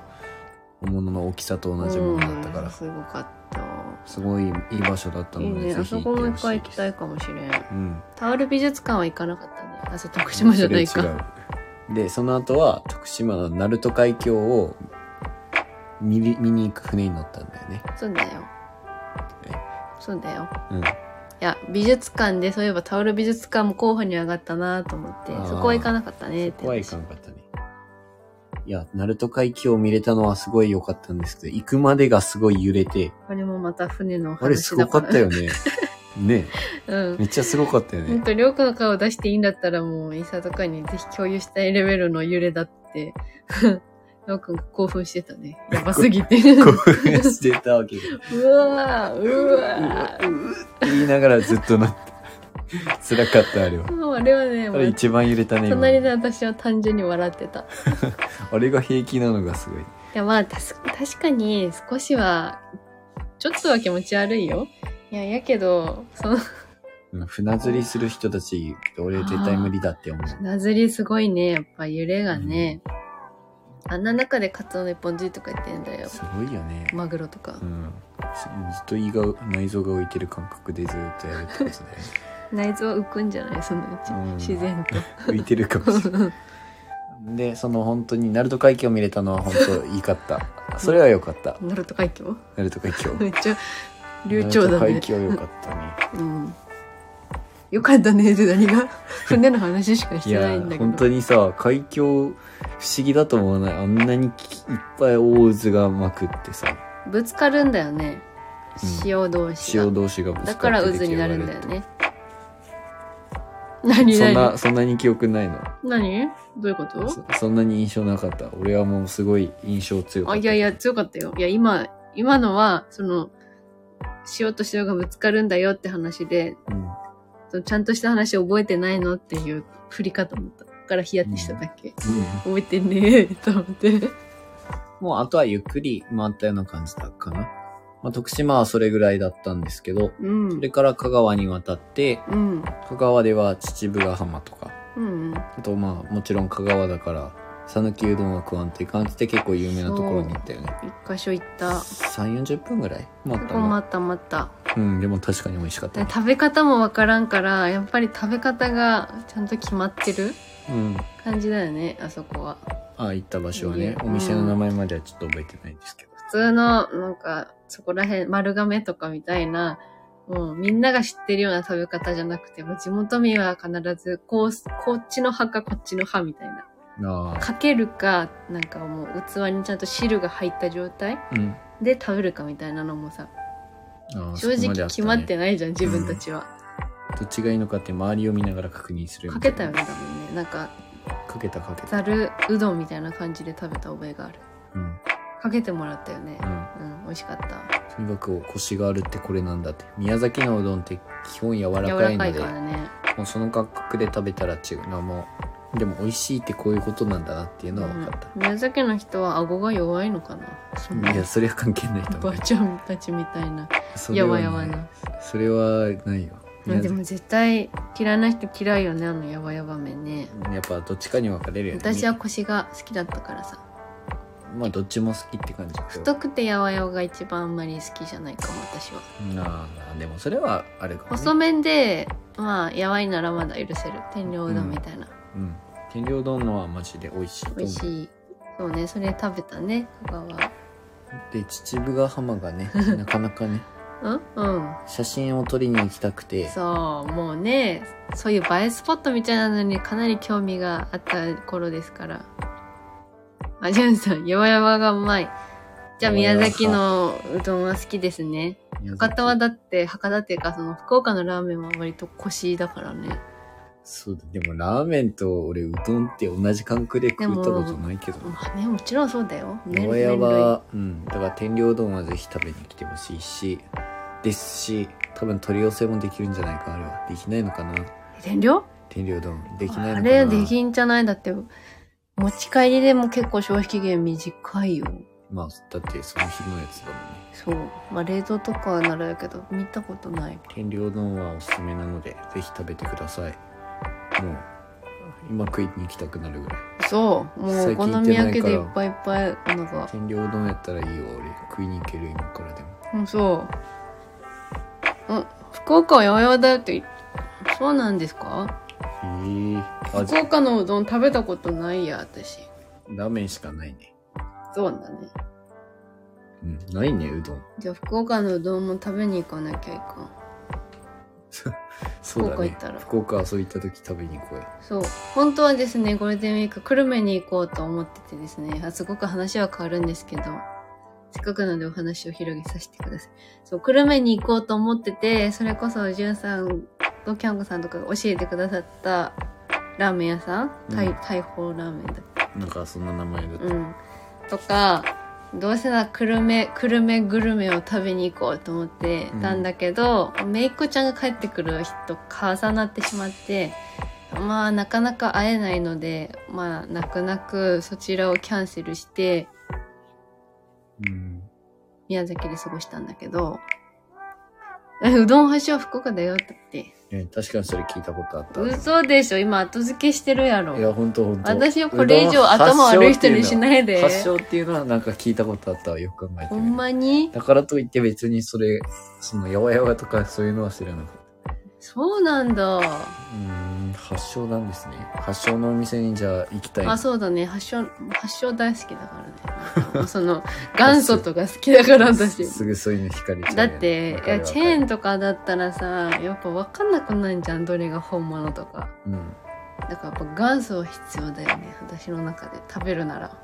Speaker 1: 本物の大きさと同じものだったか
Speaker 2: う
Speaker 1: ら
Speaker 2: んすごかった
Speaker 1: すごいいい場所だった
Speaker 2: いい
Speaker 1: ので
Speaker 2: ね
Speaker 1: ぜ
Speaker 2: あ
Speaker 1: ひ
Speaker 2: そ
Speaker 1: 行
Speaker 2: こもう
Speaker 1: ってほ
Speaker 2: 一
Speaker 1: し
Speaker 2: 回
Speaker 1: い
Speaker 2: 行
Speaker 1: で
Speaker 2: き
Speaker 1: す
Speaker 2: たいかもしれん
Speaker 1: うん
Speaker 2: タオル美術館は行かなかったねあそ徳島じゃない
Speaker 1: それ違
Speaker 2: か
Speaker 1: うでその後は徳島の鳴門海峡を見り見に行く船に乗ったんだよね
Speaker 2: そうだよ
Speaker 1: え
Speaker 2: そうだよ
Speaker 1: うん
Speaker 2: いや美術館でそういえばタオル美術館も候補に上がったなと思って
Speaker 1: あー
Speaker 2: そこは行かなかったねって
Speaker 1: そこはいかんかったね。いや、鳴門海峡を見れたのはすごい良かったんですけど、行くまでがすごい揺れて、
Speaker 2: あれもまた船のお話だ
Speaker 1: あれすごかったよね。ね
Speaker 2: (laughs) うん
Speaker 1: めっちゃすごかったよ
Speaker 2: ほん
Speaker 1: ね。
Speaker 2: と、りょうくんの顔出していいんだったらもう、インスタとかにぜひ共有したいレベルの揺れだ
Speaker 1: (laughs)
Speaker 2: って、りょうくんが興奮してたね。やばす
Speaker 1: (laughs)
Speaker 2: ぎて。う
Speaker 1: 興奮してたわけで。
Speaker 2: わーうわー
Speaker 1: 言いながらずっとなって。辛かった、あれは。
Speaker 2: もうあれはね、
Speaker 1: あ
Speaker 2: も
Speaker 1: れ
Speaker 2: う、
Speaker 1: 一番揺れたね。今
Speaker 2: 隣で私は単純に笑ってた。い
Speaker 1: あれが平気なのがすごい。
Speaker 2: や、まあ、たす確かに少しは、ちょっとは気持ち悪いよ。いや、やけど、その、
Speaker 1: うん船釣りする人たち、俺絶対無理だって思う。
Speaker 2: なずりすごいね、やっぱ揺れがね。あんな中でカツオの一本釣りとか言ってんだよ。
Speaker 1: すごいよね。
Speaker 2: マグロとか
Speaker 1: う。ん。ずっと胃が、内臓が浮いてる感覚でずっとやるってことだよね。
Speaker 2: 内臓浮くんじゃないそのうち、
Speaker 1: うん
Speaker 2: 自然と (laughs)
Speaker 1: 浮いてる (laughs) かもしれない。 (laughs) でその本当に鳴門海峡を見れたのは本当いいかったそれは良かった
Speaker 2: ナルト海峡
Speaker 1: 鳴門海峡
Speaker 2: めっちゃ流暢
Speaker 1: 鳴
Speaker 2: だ
Speaker 1: 門
Speaker 2: ね
Speaker 1: 海、峡良かったね
Speaker 2: うん、よかったねって何が
Speaker 1: (laughs)
Speaker 2: 船の話しかし
Speaker 1: い
Speaker 2: てな
Speaker 1: や
Speaker 2: いんだけど
Speaker 1: 本当にさ海峡不思議だと思わないあんなにきいっぱい大渦が巻くってさ
Speaker 2: ぶつかるんだよね
Speaker 1: うん
Speaker 2: 潮同士が、
Speaker 1: 潮同士がぶつかって
Speaker 2: だから渦
Speaker 1: 出来
Speaker 2: に
Speaker 1: 上が
Speaker 2: なるんだよね
Speaker 1: って
Speaker 2: 何
Speaker 1: そん
Speaker 2: 何
Speaker 1: なそんなに記憶ないの
Speaker 2: 何どういうこ
Speaker 1: そ
Speaker 2: と
Speaker 1: そんなに印象なかった俺はもうすごい印象強かっ
Speaker 2: あ
Speaker 1: た
Speaker 2: いやいや強かったよいや今今のはその潮と潮がぶつかるんだよって話で
Speaker 1: うん
Speaker 2: そのちゃんとした話覚えてないのっていう振り方もったからヒヤッてしただけ、
Speaker 1: うん
Speaker 2: 覚えてねえと思って
Speaker 1: もうあとはゆっくり回ったような感じだかな、まあ、徳島はそれぐらいだったんですけど
Speaker 2: うん
Speaker 1: それから香川に渡って、
Speaker 2: うん
Speaker 1: 香川では秩父ヶ浜とか、
Speaker 2: うん
Speaker 1: あとまあもちろん香川だから、讃岐うどんは食わんっていう感じで結構有名なところに行ったよね。
Speaker 2: 一箇所行ったそ
Speaker 1: 3、40分ぐらい待った
Speaker 2: こもあ
Speaker 1: の。
Speaker 2: ったまった
Speaker 1: うん、でも確かに美味しかっ
Speaker 2: で
Speaker 1: た。
Speaker 2: 食べ方もわからんからやっぱり食べ方がちゃんと決まってる
Speaker 1: うん。
Speaker 2: 感じだよねあそこは
Speaker 1: あ、行った場所はい
Speaker 2: い
Speaker 1: ね
Speaker 2: ね、
Speaker 1: お店の名前まではちょっと覚えてないんですけど。
Speaker 2: 普通のなんかそこら辺丸亀とかみたいなもうみんなが知ってるような食べ方じゃなくてもう地元民は必ずこうこっちの派かこっちの派みたいな
Speaker 1: ああ、
Speaker 2: かけるかなんかもう器にちゃんと汁が入った状態
Speaker 1: うん。
Speaker 2: で食べるかみたいなのもさ
Speaker 1: ああ
Speaker 2: 正
Speaker 1: そこ
Speaker 2: 直
Speaker 1: まであ
Speaker 2: 決まっ
Speaker 1: ね
Speaker 2: てないじゃん自分たちは、
Speaker 1: どっちがいいのかって周りを見ながら確認する
Speaker 2: か
Speaker 1: みた
Speaker 2: け
Speaker 1: い
Speaker 2: たよ
Speaker 1: な
Speaker 2: ね多分ねなんか
Speaker 1: かけたかけた
Speaker 2: ざるうどんみたいな感じで食べた覚えがある
Speaker 1: うん
Speaker 2: かけてもらったよね
Speaker 1: うん
Speaker 2: うん美味しかっ
Speaker 1: とにかくコシがあるってこれなんだって宮崎のうどんって基本柔
Speaker 2: た
Speaker 1: ら
Speaker 2: 柔
Speaker 1: からいの
Speaker 2: かい
Speaker 1: で
Speaker 2: からね
Speaker 1: もうその感覚で食べたら違うなもうでも美味しいってこういうことなんだなっていうのは分かっ
Speaker 2: うん宮崎の人は顎が弱いのかなそん
Speaker 1: た、
Speaker 2: ない
Speaker 1: やそれは関係ないと
Speaker 2: おば
Speaker 1: 思う
Speaker 2: あちゃんたちみたいな
Speaker 1: それ
Speaker 2: や
Speaker 1: は
Speaker 2: わ
Speaker 1: ない
Speaker 2: やわな
Speaker 1: それはないよ
Speaker 2: まあでも絶対嫌いな人嫌いよねあのやばやば麺ね
Speaker 1: やっぱどっちかに分かれるよね
Speaker 2: 私は腰が好きだったからさ
Speaker 1: まあどっちも好きって感じだけど
Speaker 2: 太くてやわやわが一番あんまり好きじゃないかも私は
Speaker 1: なあでもそれはあれかも、ね、
Speaker 2: 細麺でまあやわいならまだ許せる天領うどんみたいな、
Speaker 1: うん天領丼のはマジで美味しいと思う
Speaker 2: 美味しいそうねそれ食べたね香川 (laughs)
Speaker 1: で秩父ヶ浜がねなかなかね
Speaker 2: うんうん
Speaker 1: 写真を撮りに行きたくて
Speaker 2: そうもうねそういう映えスポットみたいなのにかなり興味があった頃ですからあジュンさんやばやばがうまいじゃあ宮崎のうどんは好きですね博多はだって博多っていうかその福岡のラーメンは割と腰だからね
Speaker 1: そうだでもラーメンと俺うどんって同じ感覚で食ったことないけど
Speaker 2: まあねもちろんそうだよ
Speaker 1: 名古屋はうんだから天領うどんはぜひ食べに来てほしいしですし多分取り寄せもできるんじゃないかあれはできないのかな
Speaker 2: 天領
Speaker 1: 天領うどんできないのかな
Speaker 2: あれできんじゃないだって持ち帰りでも結構消費期限短いよ
Speaker 1: まあだってその日のやつだもんね
Speaker 2: そうまあ冷凍とかはなるやけど見たことない
Speaker 1: 天領うどんはおすすめなのでぜひ食べてくださいもう今食いに行きたくなるぐらい
Speaker 2: そうもうお好み焼きでいっぱいいっぱいなんか
Speaker 1: 天領うどんやったらいいよ俺食いに行ける今からでも
Speaker 2: うんそううん福岡は八百屋だよってそうなんですか
Speaker 1: へえあじ
Speaker 2: 福岡のうどん食べたことないや私
Speaker 1: ラーメンしかないね
Speaker 2: そうだね
Speaker 1: うんないねうどん
Speaker 2: じゃあ福岡のうどんも食べに行かなきゃいかん
Speaker 1: そうだ
Speaker 2: 福岡行
Speaker 1: ね
Speaker 2: ったら
Speaker 1: 福岡遊び行った時食べに行こうよ
Speaker 2: そう本当はですねゴールデンウィーク久留米に行こうと思っててですねあすごく話は変わるんですけどせっかくなのでお話を広げさせてくださいそう久留米に行こうと思っててそれこそじゅんさんとキャンコさんとかが教えてくださったラーメン屋さん
Speaker 1: う
Speaker 2: 大
Speaker 1: ん
Speaker 2: 大砲ラーメンだっけ
Speaker 1: なんかそんな名前だった、
Speaker 2: うん、とかどうせなら久留米久留米グルメを食べに行こうと思ってたんだけど、めいっ子ちゃんが帰ってくる日と重なってしまってまあなかなか会えないのでまあ泣く泣くそちらをキャンセルして
Speaker 1: うん
Speaker 2: 宮崎で過ごしたんだけど (laughs) えうどん発祥は福岡だよだって
Speaker 1: ね、確かにそれ聞いたことあった。
Speaker 2: 嘘でしょ今後付けしてるやろ
Speaker 1: いや、ほんとほんと。
Speaker 2: 私はこれ以上頭悪い人にしないで
Speaker 1: 発祥っていうのはなんか聞いたことあったわ、よく考えて
Speaker 2: ほ
Speaker 1: みる
Speaker 2: んまに
Speaker 1: だからといって別にそれ、その、やわやわとかそういうのは知らなかっ
Speaker 2: そうなんだ
Speaker 1: た。うーん、発祥なんですね。発祥のお店にじゃあ行きたい。
Speaker 2: あそうだね発祥発祥大好きだからねその (laughs) 元祖とか好きだから私
Speaker 1: すぐそういうの惹かれちゃうよね、
Speaker 2: だって
Speaker 1: わ
Speaker 2: い
Speaker 1: か
Speaker 2: や
Speaker 1: るわかる
Speaker 2: チェーンとかだったらさやっぱ分かんなくないじゃんどれが本物とか
Speaker 1: うん。
Speaker 2: だからやっぱ元祖は必要だよね私の中で食べるなら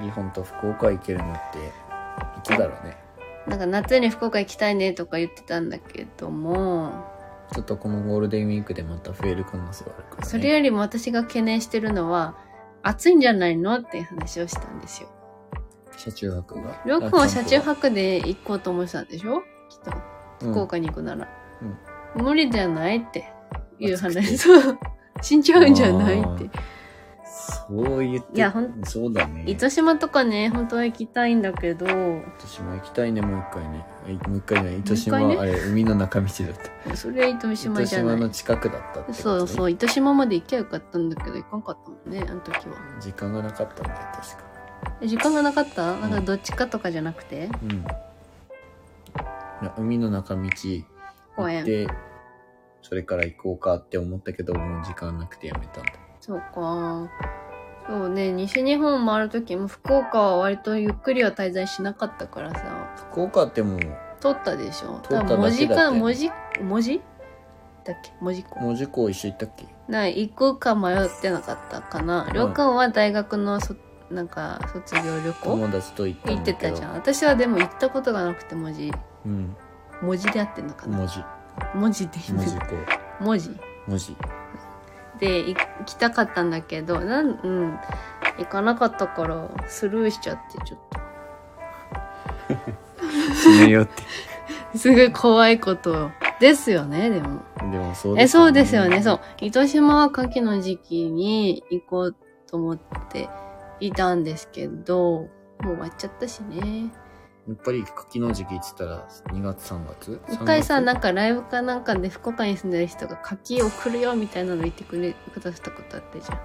Speaker 1: 次ほんと福岡行けるのって、いつだろうね。
Speaker 2: なんか夏に福岡行きたいねとか言ってたんだけども
Speaker 1: ちょっとこのゴールデンウィークでまた増える可能性があるからね。
Speaker 2: それよりも私が懸念してるのは暑いんじゃないのっていう話をしたんですよ
Speaker 1: 車中泊が。
Speaker 2: りょうくんは
Speaker 1: あキャ
Speaker 2: 車
Speaker 1: ンプ
Speaker 2: 中泊で行こうと思ってたんでしょきっと
Speaker 1: うん
Speaker 2: 福岡に行くなら、無理じゃないっていう
Speaker 1: 暑くて
Speaker 2: 話そう死んじゃうんじゃない
Speaker 1: あ
Speaker 2: って
Speaker 1: ーそう言って
Speaker 2: いやほん
Speaker 1: そうだね
Speaker 2: 糸島とかね本当は行きたいんだけど
Speaker 1: 糸島行きたいねもう一回ねあいもう一回じゃない糸島
Speaker 2: もう一
Speaker 1: あれ海の中道だった
Speaker 2: それは糸島
Speaker 1: 糸
Speaker 2: じゃ
Speaker 1: 島
Speaker 2: な
Speaker 1: の
Speaker 2: い
Speaker 1: 近くだったってこと
Speaker 2: そうそうう糸島まで行きゃよかったんだけど行かんかったもんねあの時は
Speaker 1: 時間がなかったんだよ確か
Speaker 2: え時間がなかったなん
Speaker 1: う
Speaker 2: か
Speaker 1: ん
Speaker 2: どっちかとかじゃなくて、
Speaker 1: うんいや海の中道
Speaker 2: 公
Speaker 1: 行
Speaker 2: 園
Speaker 1: ってそれから行こうかって思ったけどもう時間なくてやめたんだ
Speaker 2: そうかそうね西日本回る時も福岡は割とゆっくりは滞在しなかったからさ
Speaker 1: 福岡ってもう
Speaker 2: 撮ったでしょ
Speaker 1: 撮っただけだったよ
Speaker 2: 文字か文字文字だっけ文字
Speaker 1: 門司港一緒行ったっけ
Speaker 2: な行くか迷ってなかったかな。
Speaker 1: ん
Speaker 2: りょうくんは大学のそなんか卒業旅行
Speaker 1: 友達と行った
Speaker 2: 行っ
Speaker 1: んだ
Speaker 2: て
Speaker 1: け
Speaker 2: た
Speaker 1: ど
Speaker 2: じゃん。私はでも行ったことがなくて文字
Speaker 1: うん
Speaker 2: 文字で合ってんのかな。
Speaker 1: 門司
Speaker 2: 文字で
Speaker 1: 門
Speaker 2: (laughs)
Speaker 1: 司港
Speaker 2: 文字
Speaker 1: 門司
Speaker 2: で行行きたかったんだけどなんうん行かなかったからスルーしちゃってちょっ
Speaker 1: 死ぬよって
Speaker 2: と (laughs) すごい怖いことですよねでも。
Speaker 1: でもそう
Speaker 2: え、そうですよね。そう。糸島は夏季の時期に行こうと思っていたんですけど、もう終わっちゃったしね。
Speaker 1: やっぱり柿の時期って言ったら2月3月
Speaker 2: 一回さ、
Speaker 1: 3
Speaker 2: なんかライブかなんかで福岡に住んでる人が柿送るよみたいなの言ってくれ、くださったことあったじゃん。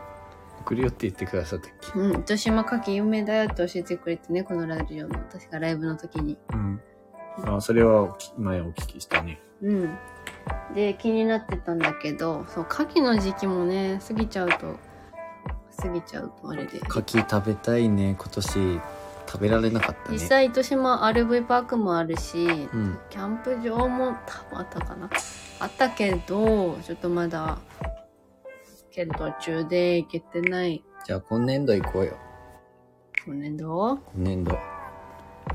Speaker 1: 月送るよって言ってくださったっけ
Speaker 2: うん、糸島柿有名だよって教えてくれてね、このラジオの、確かライブの時に。
Speaker 1: うんあそれはお聞き前お聞きしたね
Speaker 2: うん。で、気になってたんだけど、そう、柿の時期もね、過ぎちゃうと、過ぎちゃうとあれで。
Speaker 1: 柿食べたいね今年食べられなかったね
Speaker 2: 実際糸島 RV パークもあるし、
Speaker 1: ん
Speaker 2: キャンプ場も多分あったかなあったけどちょっとまだ検討中で行けてない
Speaker 1: じゃあ今年度行こうよ
Speaker 2: 今年度
Speaker 1: 今年度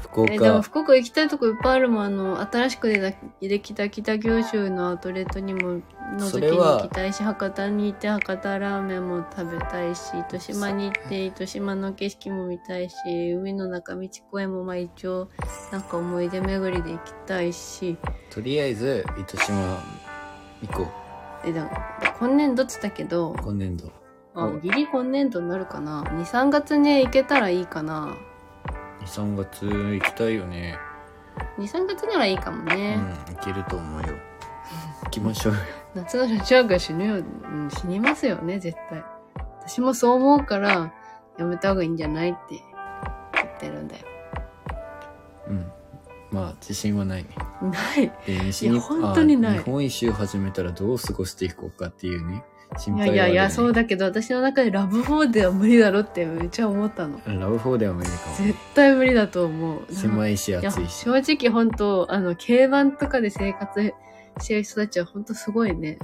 Speaker 1: 福
Speaker 2: えでも
Speaker 1: 岡
Speaker 2: 福岡行きたいとこいっぱいあるもんあの新しく出たできた北九州のアウトレットにも覗
Speaker 1: そ
Speaker 2: き
Speaker 1: れ
Speaker 2: に
Speaker 1: は
Speaker 2: 行きたいし博多に行って博多ラーメンも食べたいし糸島に行って糸島の景色も見たいし海の中道公園もまあ一応なんか思い出巡りで行きたいし
Speaker 1: とりあえず糸島行こう
Speaker 2: えでも今年度っつったけど
Speaker 1: 今年度
Speaker 2: あギリ今年度になるかな23月ね行けたらいいかな
Speaker 1: 23月行きたいよね
Speaker 2: 23月ならいいかも
Speaker 1: うん
Speaker 2: ね、
Speaker 1: 行けると思うよ行きましょうよ
Speaker 2: 夏のラジオが死ぬよ、うん、死にますよね、絶対。私もそう思うから、やめた方がいいんじゃないって言ってるんだよ。
Speaker 1: うんまあ自信はないね
Speaker 2: ない。
Speaker 1: で西
Speaker 2: いや本当にない
Speaker 1: あ日本一周始めたらどう過ごしていこうかっていうね心
Speaker 2: いや
Speaker 1: 配
Speaker 2: いやいや、そう
Speaker 1: だ
Speaker 2: だけど、私の中でラブ4では無理だろってめっちゃ思ったの。
Speaker 1: ラブフォーでは無理かも
Speaker 2: 絶対無理だと思う。
Speaker 1: 狭いし
Speaker 2: いや
Speaker 1: 暑いし
Speaker 2: 正直本当あの、軽バンとかで生活してる人たちは本当すごいね。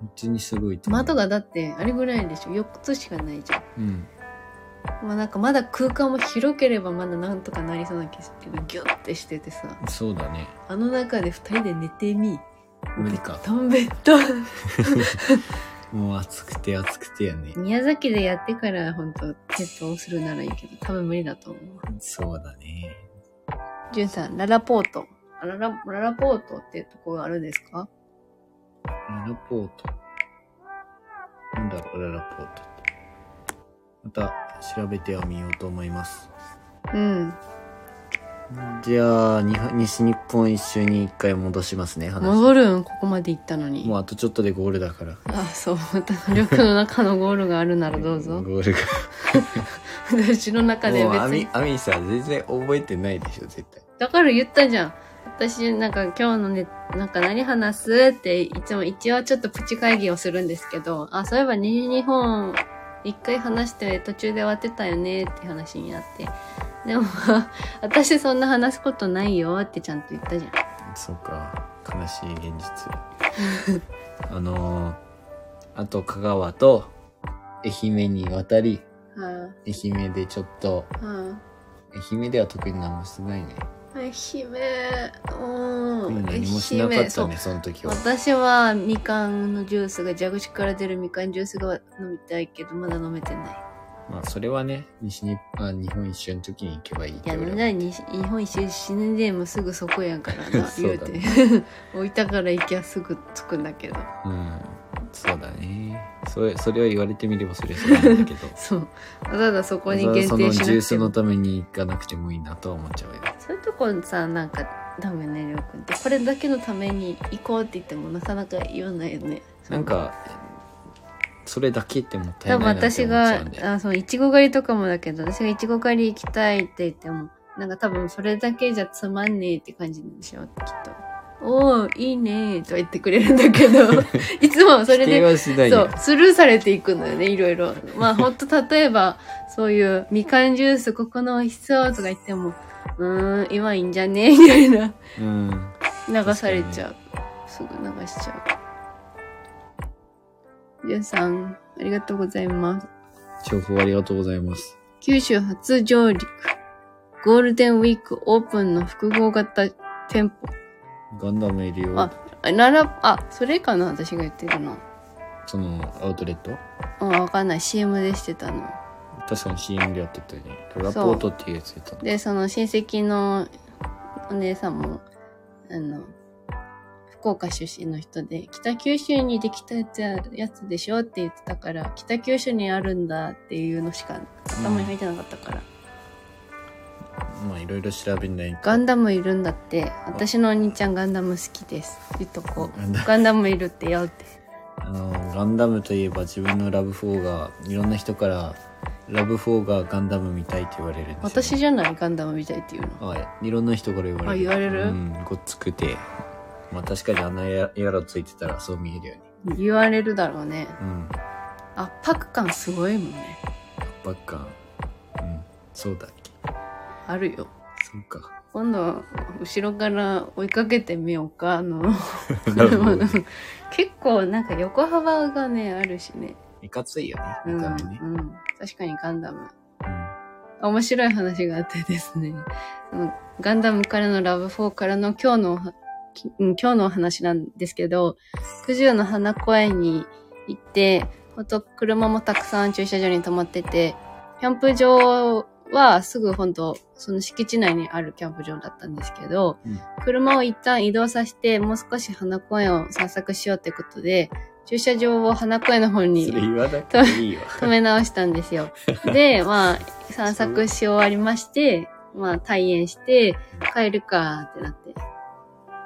Speaker 1: 本当にすごいと思う
Speaker 2: 窓がだってあれぐらいでしょ。4つしかないじゃん。
Speaker 1: うん
Speaker 2: まあなんかまだ空間も広ければまだなんとかなりそうな気するけど、ギュッてしててさ。
Speaker 1: そうだね
Speaker 2: あの中で二人で寝てみ。
Speaker 1: 無理か
Speaker 2: トンベッド。
Speaker 1: もう暑くて暑くてやね
Speaker 2: (laughs) 宮崎でやってから本当決闘するならいいけど、多分無理だと思う。
Speaker 1: そうだね
Speaker 2: じゅんさん、ララポート。あララ、ララポートってとこがあるんですか
Speaker 1: ララポートなんだろうララポートってまた調べてはみようと思います
Speaker 2: うん。
Speaker 1: じゃあに西日本一周に一回戻しますね話
Speaker 2: 戻るんここまで行ったのに
Speaker 1: も。うあとちょっとでゴールだから
Speaker 2: あ、そう。また努力の中のゴールがあるならど
Speaker 1: (laughs)
Speaker 2: うぞ。
Speaker 1: ゴールが
Speaker 2: 私の中で
Speaker 1: もう
Speaker 2: 別
Speaker 1: アミ
Speaker 2: に。
Speaker 1: アミさ全然覚えてないでしょ絶対
Speaker 2: だから言ったじゃん。私、なんか今日のね、なんか何話すって、いつも一応ちょっとプチ会議をするんですけど、あ、そういえば西日本、一回話して途中で終わってたよねって話になって。でも、 (laughs) 私そんな話すことないよってちゃんと言ったじゃん。
Speaker 1: そうか悲しい現実
Speaker 2: (laughs)
Speaker 1: あのー、あと香川と愛媛に渡り
Speaker 2: は
Speaker 1: 愛媛でちょっと
Speaker 2: あ、は
Speaker 1: 愛媛では特に何もしてないね
Speaker 2: あ、愛媛、う
Speaker 1: 特
Speaker 2: ん
Speaker 1: に、何もしなかっ
Speaker 2: そ
Speaker 1: た
Speaker 2: う
Speaker 1: ねその時は
Speaker 2: 私はみかんのジュースが、蛇口から出るみかんジュースが飲みたいけど、まだ飲めてない。
Speaker 1: まあそれはね西日あ日本一周の時に行けばいいっ
Speaker 2: い
Speaker 1: て
Speaker 2: や、
Speaker 1: 俺
Speaker 2: み
Speaker 1: は、
Speaker 2: んなに日本一周死ぬでもうすぐそこやんから
Speaker 1: (laughs)
Speaker 2: な
Speaker 1: そ
Speaker 2: 言
Speaker 1: う
Speaker 2: う
Speaker 1: だ
Speaker 2: て (laughs)
Speaker 1: ね。
Speaker 2: 置いたから行きゃすぐ着くんだけど。
Speaker 1: うんそうだねそれそれは言われてみればそれはそうなんだけど
Speaker 2: (laughs) そう。ただそこに
Speaker 1: わ
Speaker 2: 限
Speaker 1: ざわ
Speaker 2: 定
Speaker 1: ざそ
Speaker 2: し
Speaker 1: のジ
Speaker 2: な
Speaker 1: ュー
Speaker 2: くて
Speaker 1: ス
Speaker 2: も
Speaker 1: の。ために行かなくてもいいなとは思っちゃうよ
Speaker 2: そういうとこさ、なんか、ダメね、りょうくんって。これだけのために行こうって言ってもなかなか言わないよね。
Speaker 1: なんかそれだけってもった
Speaker 2: 多
Speaker 1: い
Speaker 2: 分
Speaker 1: ないなって
Speaker 2: 私
Speaker 1: 思っちゃ
Speaker 2: が
Speaker 1: うんで、
Speaker 2: あ、そう、いちご狩りとかもだけど、私がいちご狩り行きたいって言っても、なんか多分それだけじゃつまんねえって感じでしょ、きっと。おー、いいねーとは言ってくれるんだ
Speaker 1: (laughs)
Speaker 2: けど、いつもそ
Speaker 1: 否
Speaker 2: れ
Speaker 1: 定
Speaker 2: で
Speaker 1: はしない
Speaker 2: そ
Speaker 1: よ
Speaker 2: う、スルーされていくのよね、いろいろ。
Speaker 1: (laughs)
Speaker 2: まあ、ほんと、例えば、そういう、みかんジュース、ここの美味しそうとか言っても、うーん、今いいんじゃねみたいな、
Speaker 1: うん
Speaker 2: 流されちゃう。すぐ流しちゃう。じゅんさん、ありがとうございます。
Speaker 1: 情報ありがとうございます
Speaker 2: 九州初上陸。ゴールデンウィークオープンの複合型店舗。
Speaker 1: ガンダムいるよ
Speaker 2: ああ、なら、あ、それかな私が言ってるの。
Speaker 1: そのアウトレット
Speaker 2: うん、わかんない。CM でしてたの。
Speaker 1: 確かに CM でやってたよねトラポートっていうやつやったの
Speaker 2: でその親戚のお姉さんもあの福岡出身の人で北九州にできたやつややつでしょって言ってたから北九州にあるんだっていうのしか頭に入ってなかったから、
Speaker 1: まあいろいろ調べないと
Speaker 2: ガンダムいるんだって私のお兄ちゃんガンダム好きです言っとこ
Speaker 1: ガンダ
Speaker 2: うガンダムいるってよって
Speaker 1: あのガンダムといえば自分のラブ4がいろんな人からラブ4がガンダム見たいって言われるんですよ、ね、
Speaker 2: 私じゃないガンダムみたいっていうの
Speaker 1: あいろんな人から言われる
Speaker 2: あ言われる
Speaker 1: うんごっつくてまあ確かにあんなややらついてたらそう見えるよね
Speaker 2: 言われるだろうね
Speaker 1: うん
Speaker 2: 圧迫感すごいもんね
Speaker 1: 圧迫感うんそうだっけ
Speaker 2: あるよ。
Speaker 1: そう
Speaker 2: (laughs)
Speaker 1: か。
Speaker 2: 今度、後ろから追いかけてみようか、あの、
Speaker 1: なるほ
Speaker 2: 車
Speaker 1: ど
Speaker 2: の
Speaker 1: ね。
Speaker 2: (laughs) 結構なんか横幅がね、あるしね。
Speaker 1: いかついよ
Speaker 2: う
Speaker 1: ね。
Speaker 2: ん、う
Speaker 1: 見た目ね。
Speaker 2: ん。確かにガンダム。
Speaker 1: うん
Speaker 2: 面白い話があってですね、あのガンダムからのラブ4からの今日のおは、きうん今日のお話なんですけど、九十の花公園に行って、ほんと車もたくさん駐車場に止まってて、キャンプ場はすぐほんとその敷地内にあるキャンプ場だったんですけど、
Speaker 1: うん
Speaker 2: 車を一旦移動させて、もう少し花公園を散策しようってことで、駐車場を花公園の方に
Speaker 1: それ言わなくていいわ。
Speaker 2: 止め直したんですよ。で、まあ、散策し終わりまして、まあ、退園して、帰るかってなって。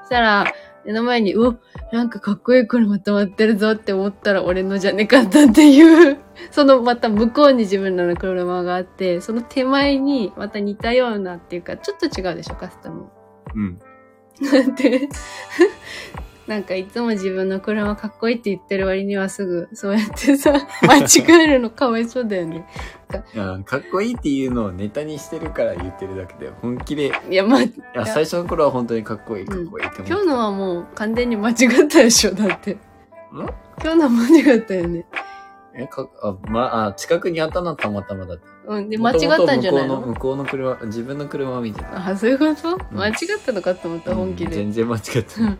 Speaker 2: そしたら、目の前に、おなんかかっこいい車止まってるぞって思ったら俺のじゃねかったっていう、 (laughs) そのまた向こうに自分らの車があって、その手前にまた似たようなっていうか、ちょっと違うでしょ、カスタム。 (laughs)
Speaker 1: うん。
Speaker 2: で、 (laughs) なんかいつも自分の車かっこいいって言ってる割にはすぐそうやってさ、間違えるのかわいそうだよね。
Speaker 1: いやかっこいいっていうのをネタにしてるから言ってるだけで、本気で。い
Speaker 2: いや、まあ、今
Speaker 1: や、最初の頃は本当にかっこいい、かっこいいって思ってた
Speaker 2: 日のはもう完全に間違ったでしょ、だって。
Speaker 1: ん
Speaker 2: 今日のは間違ったよね。
Speaker 1: え、か、あ、ま、あ、近くにあったのはたまたまだった。
Speaker 2: うん、で、間違ったんじゃない
Speaker 1: 元々向こ
Speaker 2: の
Speaker 1: うの、向こうの車、自分の車を見てた。
Speaker 2: あ、そういうこと
Speaker 1: ん
Speaker 2: 間違ったのかと思った、本気
Speaker 1: うん
Speaker 2: で。
Speaker 1: 全然間違ってない。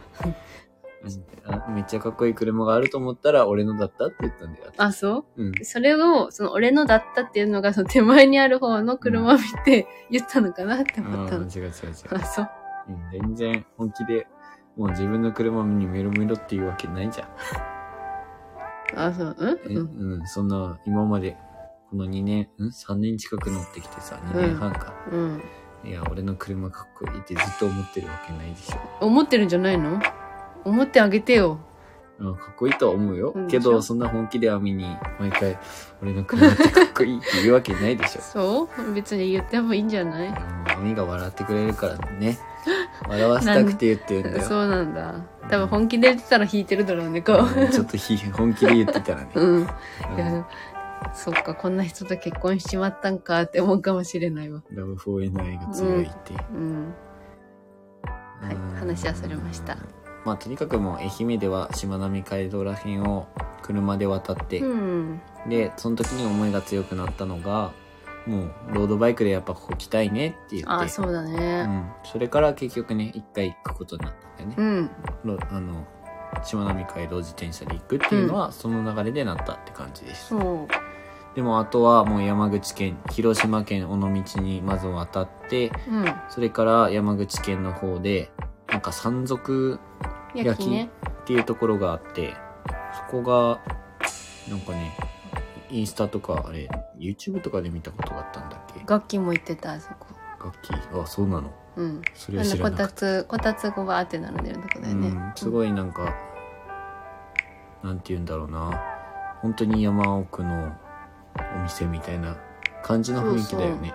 Speaker 1: あめっちゃかっこいい車があると思ったら、俺のだったって言ったんだよ。
Speaker 2: あ、そう
Speaker 1: うん。
Speaker 2: それを、その、俺のだったっていうのが、その手前にある方の車を見て、言ったのかなって思
Speaker 1: あ
Speaker 2: ったの。
Speaker 1: ー違う違う違う。
Speaker 2: あ、そう。
Speaker 1: うん全然本気で、もう自分の車にメロメロっていうわけないじゃん。
Speaker 2: あ、そう。
Speaker 1: え
Speaker 2: うん、うん
Speaker 1: うん、そんな、今まで、この2年、ん ?3 年近く乗ってきてさ、2年半か。
Speaker 2: うん。
Speaker 1: いや、俺の車かっこいいってずっと思ってるわけないでしょ。
Speaker 2: 思ってるんじゃないの思ってあげてよ。
Speaker 1: うん、かっこいいとは思うよ。
Speaker 2: うん
Speaker 1: け
Speaker 2: でし
Speaker 1: ど、
Speaker 2: ょ
Speaker 1: そんな本気では見に、毎回、俺の車ってかっこいいって言うわけない (laughs) でしょ。
Speaker 2: そう別に言ってもいいんじゃない
Speaker 1: うん網が笑ってくれるからね。笑わせたくて言ってるんだよ。
Speaker 2: そうなんだ。多分本気で言ってたら引いてるだろうね、こ
Speaker 1: うんちょっとひ本気で言ってた (laughs) らね。
Speaker 2: う。うん。い
Speaker 1: うん
Speaker 2: や、そっか、こんな人と結婚しちまったんかって思うかもしれないわ。
Speaker 1: ラブフォーエの愛が強いって。
Speaker 2: うん。はい
Speaker 1: うん
Speaker 2: 話はそれました。
Speaker 1: まあ、とにかくもう愛媛ではしまなみ海道ら辺を車で渡って、
Speaker 2: うん。
Speaker 1: で、その時に思いが強くなったのが、もうロードバイクでやっぱここ来たいねって言って。
Speaker 2: あ、そうだ
Speaker 1: う
Speaker 2: ね。
Speaker 1: ん、それから結局ね一回行くことになったんだよね
Speaker 2: う、ん。
Speaker 1: ろあのしまなみ海道自転車で行くっていうのは、その流れでなったって感じです
Speaker 2: そう。
Speaker 1: でもあとはもう山口県広島県尾道にまず渡って
Speaker 2: うん。
Speaker 1: それから山口県の方でなんか山賊
Speaker 2: 焼きね。
Speaker 1: っていうところがあってそこがなんかねインスタとかあれ YouTube とかで見たことがあったんだっけ
Speaker 2: 楽器も言ってた、あそこ。
Speaker 1: 楽器あそうなの
Speaker 2: うん。
Speaker 1: それ
Speaker 2: な
Speaker 1: は
Speaker 2: ん
Speaker 1: 知
Speaker 2: で
Speaker 1: らな
Speaker 2: こ
Speaker 1: かった
Speaker 2: たつ、こたつ語があって並んでるとこだよね。
Speaker 1: うん、すごいなんか、なんて言うんだろうな本当に山奥のお店みたいな感じの雰囲気だよね